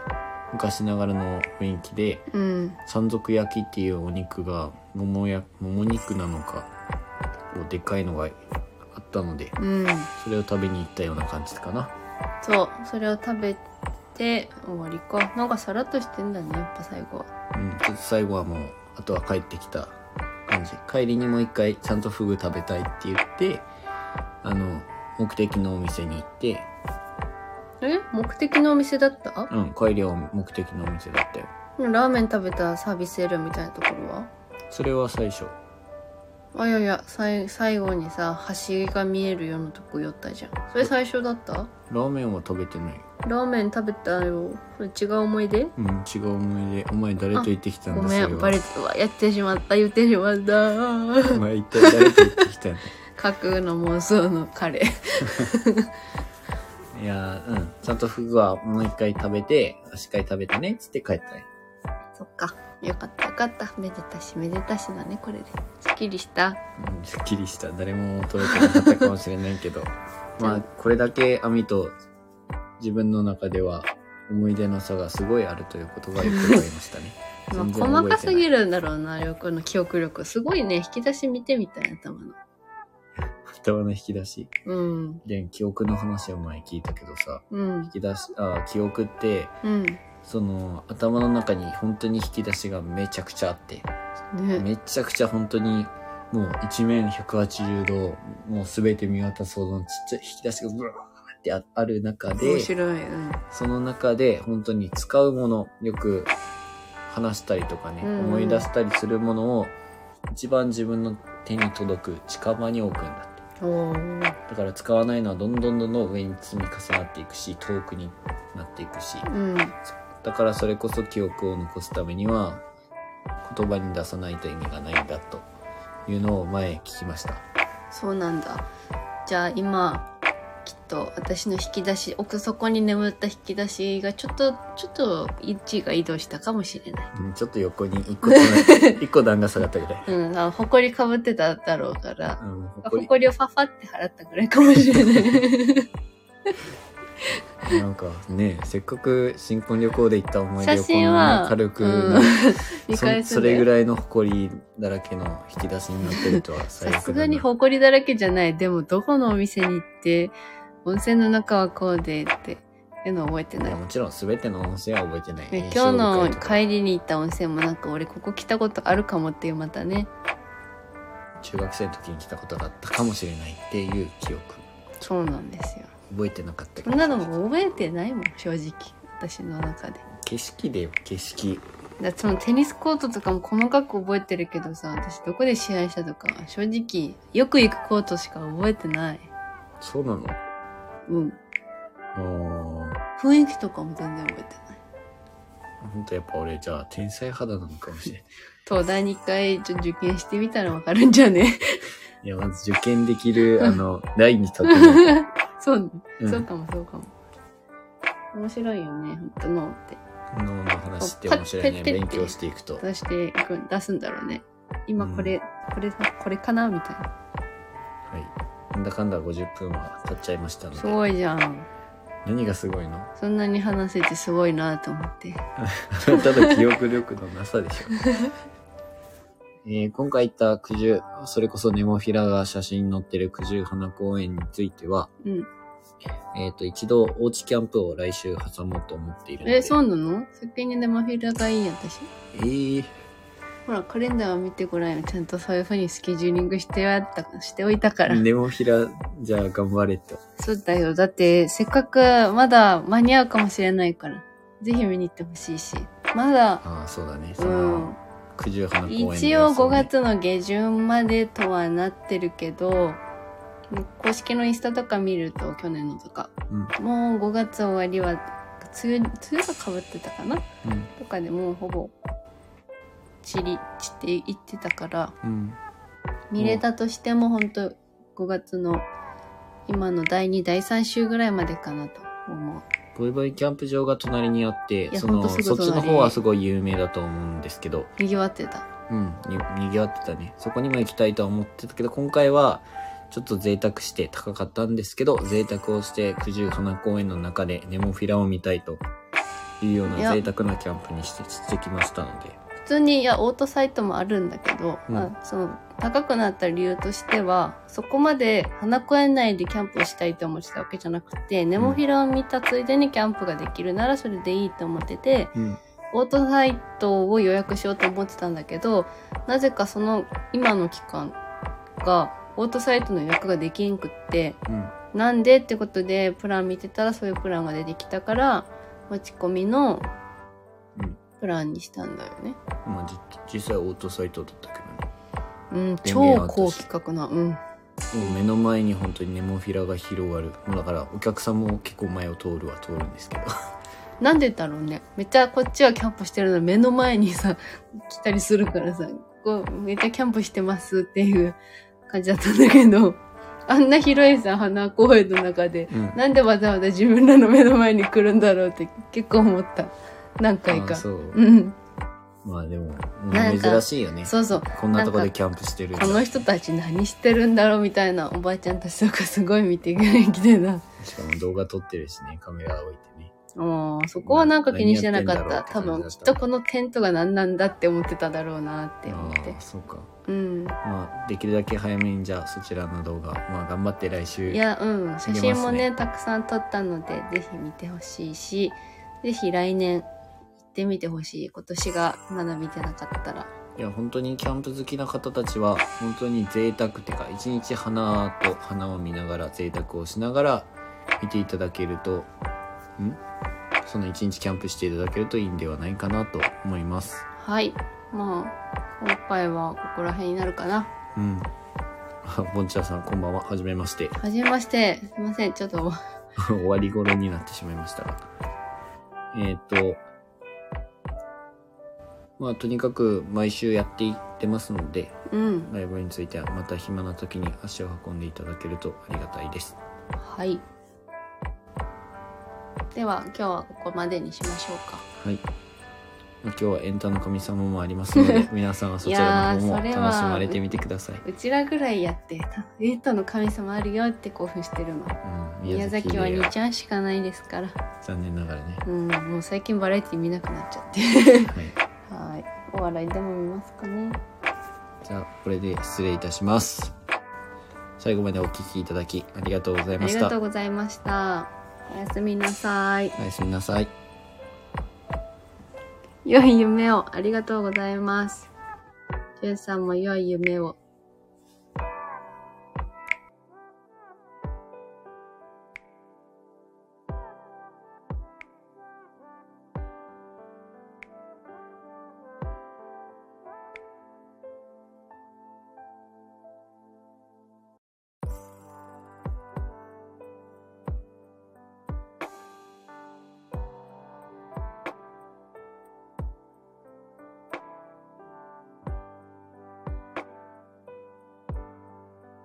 Speaker 1: 昔ながらの雰囲気で
Speaker 2: うん。
Speaker 1: 山賊焼きっていうお肉がももやもも肉なのかこうでっかいのがあったので
Speaker 2: うん。うん
Speaker 1: それを食べに行ったような感じかな
Speaker 2: そうそれを食べて終わりかなんかさらっとしてんだねやっぱ最後は
Speaker 1: うんちょっと最後はもうあとは帰ってきた感じ帰りにもう一回ちゃんとフグ食べたいって言ってあの目的のお店に行って
Speaker 2: え目的のお店だった
Speaker 1: うん、帰りは目的のお店だったよ。
Speaker 2: ラーメン食べたサービスエリアみたいなところは
Speaker 1: それは最初。
Speaker 2: あいやいやさい最後にさ橋が見えるようなとこ寄ったじゃんそれ最初だった
Speaker 1: ラーメンは食べてない。
Speaker 2: ラーメン食べたよそれ違う思い出
Speaker 1: うん、違う思い出。お前誰と行ってきたんだ
Speaker 2: ごめんバレ
Speaker 1: れ
Speaker 2: てうわやってしまった言ってしまった (laughs)
Speaker 1: お前一体誰と行ってきたんだ
Speaker 2: 架空の妄想の彼
Speaker 1: (laughs) いやー、うん。ちゃんとフグはもう一回食べて、足回食べてね、つって帰ったね。
Speaker 2: そっかよかったよかっためでたしめでたしだねこれですっきりした。
Speaker 1: うん、すっきりした。誰も取れてなかったかもしれないけど。まあ、これだけ網と自分の中では思い出の差がすごいあるということがよくわかりましたね
Speaker 2: (laughs) まあ、
Speaker 1: 全然覚えて
Speaker 2: 細
Speaker 1: ない
Speaker 2: かすぎるんだろうな、りょうくんの記憶力。すごいね、引き出し見てみたい、頭の。
Speaker 1: 頭の引き出し。
Speaker 2: うん、
Speaker 1: で、記憶の話を前聞いたけどさ、
Speaker 2: うん
Speaker 1: 引、き出し、あー記憶って、
Speaker 2: うん、
Speaker 1: その頭の中に本当に引き出しがめちゃくちゃあって
Speaker 2: ね
Speaker 1: めちゃくちゃ本当にもう一面180度もう全て見渡すほどのちっちゃい引き出しがブワーってあある中で
Speaker 2: 面白い、うん、
Speaker 1: その中で本当に使うもの、よく話したりとかね、
Speaker 2: うんうん
Speaker 1: 思い出したりするものを一番自分の手に届く近場に置くんだと。
Speaker 2: おー
Speaker 1: だから使わないのはどんどんどんどん上に積み重なっていくし、遠くになっていくし。
Speaker 2: うん
Speaker 1: だからそれこそ記憶を残すためには言葉に出さないと意味がないんだというのを前聞きました。
Speaker 2: そうなんだじゃあ今きっと私の引き出し奥底に眠った引き出しがちょっとちょっと位置が移動したかもしれない
Speaker 1: うんちょっと横に一個、一個段が下がったぐらい。
Speaker 2: うんあほこりかぶってただろうから
Speaker 1: うん、
Speaker 2: ほ
Speaker 1: 誇り
Speaker 2: こりをファファって払ったぐらいかもしれ
Speaker 1: (laughs)
Speaker 2: ない
Speaker 1: なんかねせっかく新婚旅行で行った思い出
Speaker 2: 写
Speaker 1: をこん
Speaker 2: 真は
Speaker 1: な軽く
Speaker 2: うん
Speaker 1: な、
Speaker 2: 見返
Speaker 1: そ
Speaker 2: す
Speaker 1: それぐ
Speaker 2: い
Speaker 1: らいの誇りだらけの引き出しになってるとは最悪だ
Speaker 2: さ
Speaker 1: な
Speaker 2: すがにほこりだらけじゃないでもどこのお店に行って温泉の中はこうでっていうの覚えてない
Speaker 1: いやもちろん全ての温泉は覚えてない、
Speaker 2: ね、今日の帰
Speaker 1: り
Speaker 2: りに行った温泉もなんか俺ここ来たことあるかもっていうまたね
Speaker 1: 中学生の時に来たことがあったかもしれないっていう記憶
Speaker 2: そうなんですよ
Speaker 1: 覚えてなかったけ
Speaker 2: そん
Speaker 1: ど
Speaker 2: なのも覚えてないもん正直私の中で
Speaker 1: 景色だよ景色
Speaker 2: だってそのテニスコートとかも細かく覚えてるけどさ私どこで試合したとか正直よく行くコートしか覚えてない
Speaker 1: そうなの
Speaker 2: うん
Speaker 1: ああ
Speaker 2: 雰囲気とかも全然覚えてない
Speaker 1: ほんとやっぱ俺じゃあ天才肌なのかもしれない
Speaker 2: 東大に一回ちょっと受験してみたらわかるんじゃね (laughs)
Speaker 1: いやまず受験できるあのラインに立ってない、
Speaker 2: そう、
Speaker 1: うん、
Speaker 2: そうかもそうかも面白いよね本当のって
Speaker 1: 脳の話って面白いね
Speaker 2: パッてって
Speaker 1: 勉強していくと
Speaker 2: 出していく出すんだろうね今
Speaker 1: うん
Speaker 2: これ、これこれかなみたいな
Speaker 1: はい。なんだかんだ50分は経っちゃいましたの
Speaker 2: す
Speaker 1: で。
Speaker 2: ごいじゃん
Speaker 1: 何がすごいの (laughs)
Speaker 2: そんなに話せてすごいなと思って
Speaker 1: ただ記憶力のなさでしょ。 (laughs) えー今回行った九十、それこそネモフィラが写真に載ってる九十花公園については、
Speaker 2: うん
Speaker 1: えっ、と、一度おうちキャンプを来週挟もうと思っているので。
Speaker 2: えそうなの先にネマフィラがいいや私
Speaker 1: えー
Speaker 2: ほらカレンダーを見てごらんよちゃんとそういうふうにスケジューリングしてあったしておいたから、
Speaker 1: ネモフィラ、じゃあ頑張れと。
Speaker 2: そうだよだってせっかくまだ間に合うかもしれないからぜひ見に行ってほしいしまだ
Speaker 1: ああ、そうだね。そうの
Speaker 2: ん、
Speaker 1: 九十花公園の
Speaker 2: 一
Speaker 1: 様
Speaker 2: 応
Speaker 1: 子
Speaker 2: 5
Speaker 1: をね。
Speaker 2: 月の下旬までとはなってるけど公式のインスタとか見ると去年のとか、もう5月終わりは梅雨梅雨がかぶってたかな
Speaker 1: うん。
Speaker 2: とかでもうほぼ散り散っていってたから
Speaker 1: うん。
Speaker 2: 見れたとしても本当5月の今の第2第3週ぐらいまでかなと思う
Speaker 1: ボイボイキャンプ場が隣にあって、
Speaker 2: や
Speaker 1: そ
Speaker 2: ほ
Speaker 1: の、
Speaker 2: んとす
Speaker 1: そ
Speaker 2: ぐ
Speaker 1: っちの
Speaker 2: 隣
Speaker 1: 方はすごい有名だと思うんですけど、
Speaker 2: にぎわってた
Speaker 1: うん、に、賑わってたね。そこにも行きたいとは思ってたけど、今回は、ちょっと贅沢して高かったんですけど、贅沢をして九十花公園の中でネモフィラを見たいというようない
Speaker 2: や
Speaker 1: 贅沢なキャンプにして、してきましたので。
Speaker 2: 普通にいやオートサイトもあるんだけど、
Speaker 1: うん
Speaker 2: まあ、その高くなった理由としてはそこまで花子園内でキャンプをしたいと思ってたわけじゃなくてネモフィラを見たついでにキャンプができるならそれでいいと思ってて
Speaker 1: うん。
Speaker 2: オートサイトを予約しようと思ってたんだけどなぜかその今の期間がオートサイトの予約ができんくって
Speaker 1: うん。
Speaker 2: なんでってことでプラン見てたらそういうプランが出てきたから持ち込みの
Speaker 1: うん
Speaker 2: プランにしたんだよね。
Speaker 1: まあ、じ実際オートサイトだったけ
Speaker 2: うん、
Speaker 1: 電源
Speaker 2: 超
Speaker 1: は
Speaker 2: 高規格な、うん。
Speaker 1: どね。もう目の前に本当にネモフィラが広がる。もうだから、お客さんも結構前を通るは通るん
Speaker 2: (laughs)
Speaker 1: ですけど。
Speaker 2: なんでだろうね。めっちゃこっちはキャンプしてるのに目の前にさ、 (laughs) 来たりするからさ、こう、めっちゃキャンプしてますっていう感じだったんだけど、 (laughs) あんな広いさ、花公園の中で、
Speaker 1: うん。
Speaker 2: なんでわざわざ自分らの目の前に来るんだろうって結構思った。何回
Speaker 1: あ
Speaker 2: か。
Speaker 1: そう。
Speaker 2: うん。
Speaker 1: まあでも、
Speaker 2: なんか
Speaker 1: 珍しいよね。
Speaker 2: そうそう。
Speaker 1: こんなとこでキャンプしてるんだ
Speaker 2: この人たち何してるんだろうみたいなおばあちゃんたちとかすごい見てきてた。
Speaker 1: しかも動画撮ってるしね、カメラ置いてね。
Speaker 2: ああ、そこはなんか気にしてなかった。多
Speaker 1: 何やってんだろうって感じ
Speaker 2: 分、
Speaker 1: だ
Speaker 2: き
Speaker 1: し
Speaker 2: ったとこのテントが何なんだって思ってただろうなって思って
Speaker 1: ああ、。そうか。
Speaker 2: うん。
Speaker 1: まあ、できるだけ早めにじゃあそちらの動画、まあ頑張って来週。
Speaker 2: いや、うん。写
Speaker 1: すね
Speaker 2: 真もね、たくさん撮ったので、ぜひ見てほしいし、ぜひ来年、ってみてほしい今年がまだ見てなかったら
Speaker 1: いや本当にキャンプ好きな方たちは本当に贅沢ってか一日花と花を見ながら贅沢をしながら見ていただけるとんその一日キャンプしていただけるといいんではないかなと思います
Speaker 2: はいまあ今回はここら辺になるかな
Speaker 1: うんあボンチャさんこんばんははじめまして
Speaker 2: はじめましてすいませんちょっと
Speaker 1: 終わり頃になってしまいましたがえっ、とまあとにかく毎週やっていってますので
Speaker 2: うん
Speaker 1: ライブについてはまた暇な時に足を運んでいただけるとありがたいです
Speaker 2: はいでは今日はここまでにしましょうか
Speaker 1: はい。まあ今日はエンタの神様もありますの
Speaker 2: (laughs)
Speaker 1: で、皆さんはそちらの方も
Speaker 2: い
Speaker 1: 楽
Speaker 2: やー
Speaker 1: し
Speaker 2: それは
Speaker 1: まれてみてください。
Speaker 2: うちらぐらいやってたエイトの神様あるよって興奮してるの
Speaker 1: うん、
Speaker 2: 宮崎は
Speaker 1: で
Speaker 2: 2ちゃんしかないですから
Speaker 1: 残念ながらね。
Speaker 2: うんもう最近バラエティ見なくなっちゃって
Speaker 1: はい。
Speaker 2: はいお笑いでも見ますかね
Speaker 1: じゃあ、これで失礼いたします。最後までお聞きいただきありがとうござい
Speaker 2: あ
Speaker 1: ま
Speaker 2: り
Speaker 1: し
Speaker 2: が
Speaker 1: た
Speaker 2: と。うございましたおやすみなさい
Speaker 1: おやすみなさい。
Speaker 2: 良い夢をありがとうございますじゅんさんも良い夢を